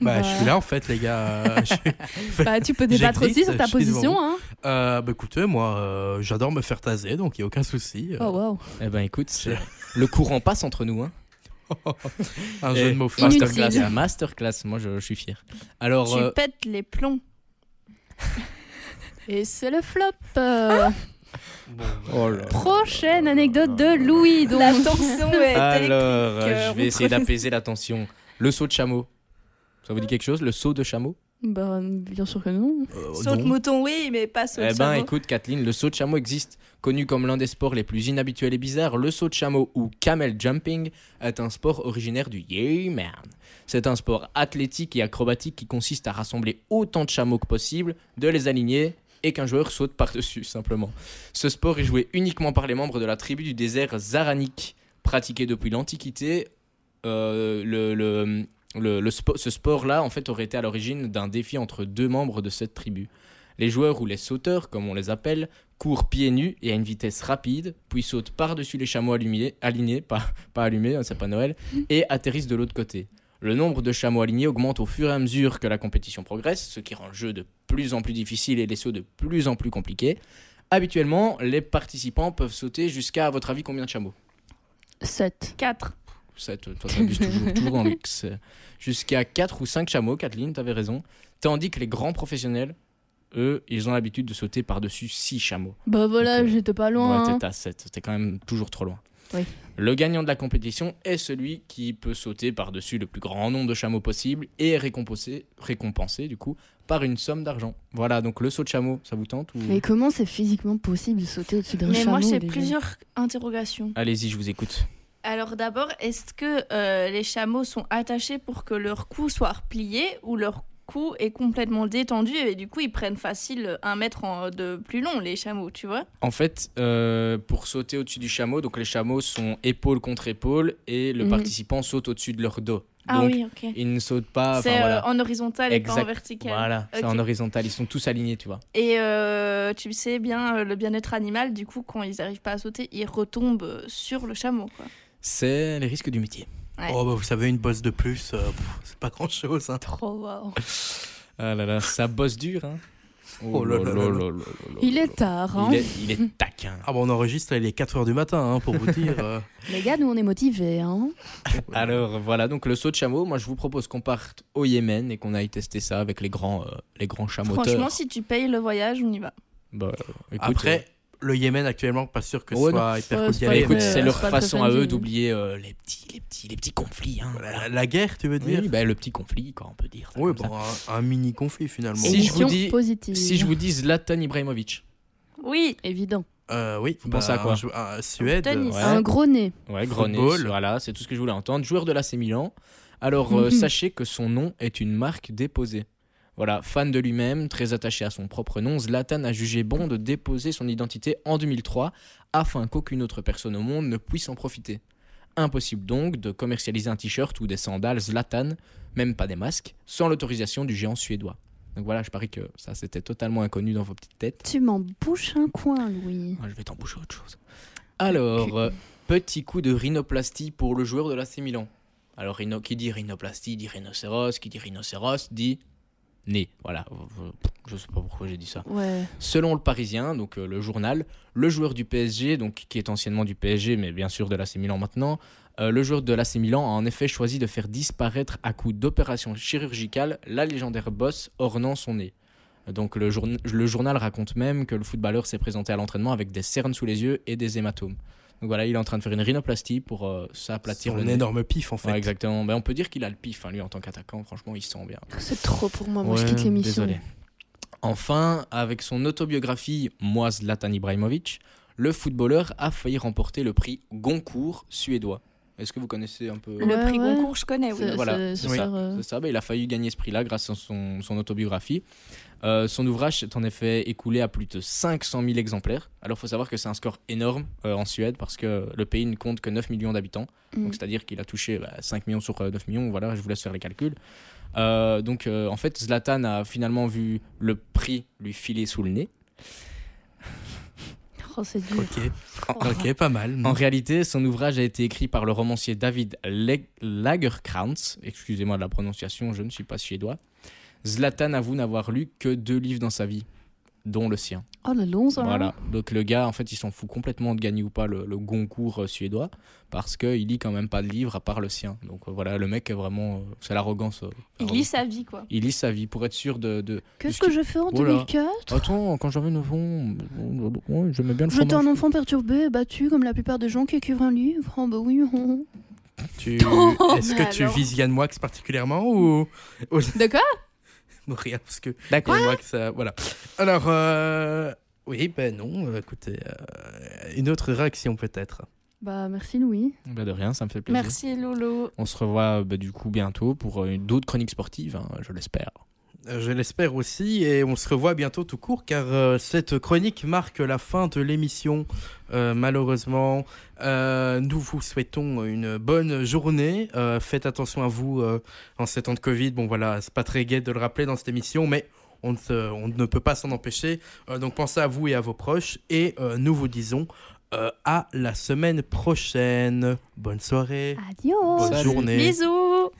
A: Bah,
E: Bah.
A: je suis là en fait, les gars. Euh, je-
E: Bah, tu peux débattre aussi
A: J'existe,
E: sur ta
A: je suis devant
E: position.
A: vous.
E: Hein.
A: Euh, bah, écoutez, moi, euh, j'adore me faire taser, donc il n'y a aucun souci. Euh,
E: Oh, wow.
G: Eh ben, écoute, c'est- le courant passe entre nous. Hein.
A: Euh, Un
G: Et
A: jeu de mots fort.
E: Inutile.
G: Masterclass, la masterclass. Moi, je, je suis fier. Alors,
C: Tu
G: euh,
C: pètes les plombs.
E: Et c'est le flop. euh,
A: bah,
G: oh là.
E: Prochaine anecdote de Louis. Donc.
C: La tension est
G: alors,
C: électrique.
G: euh,
C: euh,
G: je vais
C: on
G: essayer
C: creuse.
G: d'apaiser la tension. Le saut de chameau. Ça vous dit quelque chose, le saut de chameau
E: Bah, bien sûr que non.
A: Euh,
C: Saut de
A: non.
C: mouton, oui, mais pas saut de
G: Eh ben,
C: chameau.
G: écoute, Kathleen, le saut de chameau existe. Connu comme l'un des sports les plus inhabituels et bizarres, le saut de chameau ou camel jumping est un sport originaire du Yémen. C'est un sport athlétique et acrobatique qui consiste à rassembler autant de chameaux que possible, de les aligner et qu'un joueur saute par-dessus, simplement. Ce sport est joué uniquement par les membres de la tribu du désert Zaranik. Pratiqué depuis l'Antiquité, euh, le- le- le- le spo- ce sport-là, en fait, aurait été à l'origine d'un défi entre deux membres de cette tribu. Les joueurs ou les sauteurs, comme on les appelle, courent pieds nus et à une vitesse rapide, puis sautent par-dessus les chameaux allumés, alignés, pas, pas allumés, hein, c'est pas Noël, et atterrissent de l'autre côté. Le nombre de chameaux alignés augmente au fur et à mesure que la compétition progresse, ce qui rend le jeu de plus en plus difficile et les sauts de plus en plus compliqués. Habituellement, les participants peuvent sauter jusqu'à, à votre avis, combien de chameaux
E: 7.
C: 4.
G: ça, toi, toi, t'abuses toujours, toujours dans le luxe. Jusqu'à 4 ou 5 chameaux, Kathleen, t'avais raison. Tandis que les grands professionnels, eux, ils ont l'habitude de sauter par-dessus 6 chameaux.
E: Bah voilà,
G: Ok.
E: j'étais pas loin.
G: Ouais,
E: hein.
G: t'es à 7, t'es quand même toujours trop loin.
E: Oui.
G: Le gagnant de la compétition est celui qui peut sauter par-dessus le plus grand nombre de chameaux possible et est récompensé, récompensé du coup, par une somme d'argent. Voilà, donc le saut de chameau, ça vous tente ou...
D: Mais comment c'est physiquement possible de sauter au-dessus d'un
C: Mais moi,
D: chameau,
C: j'ai
D: déjà
C: plusieurs interrogations.
G: Allez-y, je vous écoute.
C: Alors d'abord, est-ce que euh, les chameaux sont attachés pour que leur cou soit replié ou leur cou est complètement détendu et du coup ils prennent facile un mètre en- de plus long les chameaux, tu vois
G: En fait, euh, pour sauter au-dessus du chameau, donc les chameaux sont épaule contre épaule et le
E: Mhm.
G: participant saute au-dessus de leur dos.
C: Ah
G: donc,
C: oui, ok.
G: ils ne sautent pas.
C: C'est
G: enfin,
C: euh,
G: voilà.
C: en horizontal et pas en
G: Exact.
C: vertical.
G: Voilà, c'est
C: Ok.
G: en horizontal, ils sont tous alignés, tu vois.
C: Et euh, tu sais bien, euh, le bien-être animal, du coup, quand ils n'arrivent pas à sauter, ils retombent euh, sur le chameau. Quoi.
G: C'est les risques du métier.
C: Ouais.
A: Oh, bah, vous savez, une bosse de plus, euh, pff, c'est pas hein. grand chose.
E: Trop
C: Oh,
E: wow.
G: Ah là là, ça bosse dur, hein.
A: Oh là là là là.
E: Il est tard. Hein.
G: Il est, il est taquin.
A: Ah, bon, on enregistre, il est 4h du matin, hein, pour vous dire. euh.
D: Les gars, nous on est motivés. Hein
G: Alors voilà, donc le saut de chameau, moi je vous propose qu'on parte au Yémen et qu'on aille tester ça avec les grands, euh, les grands chamoteurs.
C: Franchement, si tu payes le voyage, on y va.
G: Bah, euh, écoute,
A: Après, le Yémen actuellement, pas sûr que ce
G: Ouais,
A: soit hyper
E: Ouais, c'est
A: cordial.
E: pas-
G: Mais Eh ben, écoute,
E: mais,
G: c'est
E: euh,
G: leur
E: c'est pas le
G: façon à
E: crocodile.
G: eux d'oublier euh, les petits, les petits, les petits conflits. hein.
A: Voilà, la, la guerre, tu veux dire
G: Oui, bah, le petit conflit, quoi, on peut dire. ça
A: Oui,
G: comme ça.
A: bon, un, mini conflit finalement.
G: Si je vous
D: Émission
G: dis-
D: positive.
G: Si je vous dis Zlatan Ibrahimovic,
C: Oui,
E: Évident.
A: Euh, oui,
G: Vous pensez à quoi
A: un jou- un Suède. euh,
C: Tennis.
A: ouais.
D: Un gros nez.
G: ouais, Gronet,
A: Football.
G: voilà, c'est tout ce que je voulais entendre. Joueur de l'AC Milan. Alors, euh,
D: Mhm.
G: sachez que son nom est une marque déposée. Voilà, fan de lui-même, très attaché à son propre nom, Zlatan a jugé bon de déposer son identité en 2003 afin qu'aucune autre personne au monde ne puisse en profiter. Impossible donc de commercialiser un t-shirt ou des sandales Zlatan, même pas des masques, sans l'autorisation du géant suédois. Donc voilà, je parie que ça c'était totalement inconnu dans vos petites têtes.
D: Tu m'en bouches un coin, Louis.
G: Ah, je vais t'emboucher autre chose. Alors, euh, petit coup de rhinoplastie pour le joueur de l'AC Milan. Alors, rhino- qui dit rhinoplastie dit rhinocéros, qui dit rhinocéros dit nez. Voilà, euh, je sais pas pourquoi j'ai dit ça.
E: Ouais.
G: Selon le Parisien, donc euh, le journal, le joueur du PSG, donc qui est anciennement du PSG, mais bien sûr de l'AC Milan maintenant, euh, le joueur de l'AC Milan a en effet choisi de faire disparaître à coup d'opération chirurgicale la légendaire bosse ornant son nez. Donc le, journa- le journal raconte même que le footballeur s'est présenté à l'entraînement avec des cernes sous les yeux et des hématomes. Donc voilà, il est en train de faire une rhinoplastie pour euh, s'aplatir
A: Son
G: le nez.
A: énorme pif en fait.
G: Ouais, exactement. Ben, on peut dire qu'il a le pif, hein, lui, en tant qu'attaquant. Franchement, il sent bien.
E: C'est trop pour Ah, moi. Moi, je
G: Ouais,
E: quitte l'émission.
G: désolé. Enfin, avec son autobiographie Moi Zlatan Ibrahimovic, le footballeur a failli remporter le prix Goncourt suédois. Est-ce que vous connaissez un peu
C: le
E: Ouais,
C: prix
E: ouais.
C: Goncourt, je connais. Oui.
E: C'est-
G: Voilà,
E: c'est-
G: oui.
E: genre, euh,
G: C'est ça, ben, il a failli gagner ce prix-là grâce à son, son autobiographie. Euh, son ouvrage s'est en effet écoulé à plus de 500 000 exemplaires. Alors il faut savoir que c'est un score énorme euh, en Suède parce que le pays ne compte que 9 millions d'habitants.
D: Mm.
G: Donc c'est-à-dire qu'il a touché bah, 5 millions sur euh, 9 millions. Voilà, je vous laisse faire les calculs. Euh, donc euh, en fait, Zlatan a finalement vu le prix lui filer sous le nez.
E: oh, c'est dur.
A: Ok,
D: Oh
E: Oh.
A: ok, pas
C: Mm.
A: mal.
G: En réalité, son ouvrage a été écrit par le romancier David Leg- Lagerkrantz. Excusez-moi de la prononciation, je ne suis pas suédois. Zlatan avoue n'avoir lu que deux livres dans sa vie, dont le sien.
E: Oh, le long,
D: hein.
E: ça.
G: Voilà. Donc le gars, en fait, il s'en fout complètement de gagner ou pas le, le Goncourt euh, suédois, parce qu'il lit quand même pas de livres à part le sien. Donc euh, voilà, le mec est vraiment... euh, c'est l'arrogance. euh,
C: Il lit sa vie, quoi.
G: il lit sa vie pour être sûr de... de...
D: Qu'est-ce que je fais en
G: Oh là.
D: 2004
G: Attends, quand j'avais 9 ans, ouais, j'aimais bien le
D: J'étais
G: fromage.
D: un enfant perturbé et battu comme la plupart des gens qui écrivent un livre. Oh bah oui. oh.
A: Tu...
E: Oh,
A: Est-ce
E: mais
A: que tu
E: alors.
A: vises Yann Moix particulièrement ou
E: De quoi
A: ou rien parce que
G: D'accord.
A: Yann Moix, euh, voilà. Alors, euh, oui, ben non. euh, Écoutez, euh, une autre réaction peut-être.
E: Bah, merci, Louis.
G: Bah, de rien, ça me fait plaisir.
C: Merci, Loulou.
G: On se revoit euh, bah, du coup bientôt pour euh, d'autres chroniques sportives, hein, je l'espère.
A: Euh, Je l'espère aussi et on se revoit bientôt tout court car euh, cette chronique marque la fin de l'émission euh, malheureusement. Euh, nous vous souhaitons une bonne journée. Euh, faites attention à vous euh, en ces temps de Covid. Bon voilà, c'est pas très gai de le rappeler dans cette émission mais on ne, se- on ne peut pas s'en empêcher. Euh, donc pensez à vous et à vos proches et euh, nous vous disons euh, à la semaine prochaine. Bonne soirée.
D: Adios.
A: Bonne
G: Salut.
A: journée.
C: Bisous.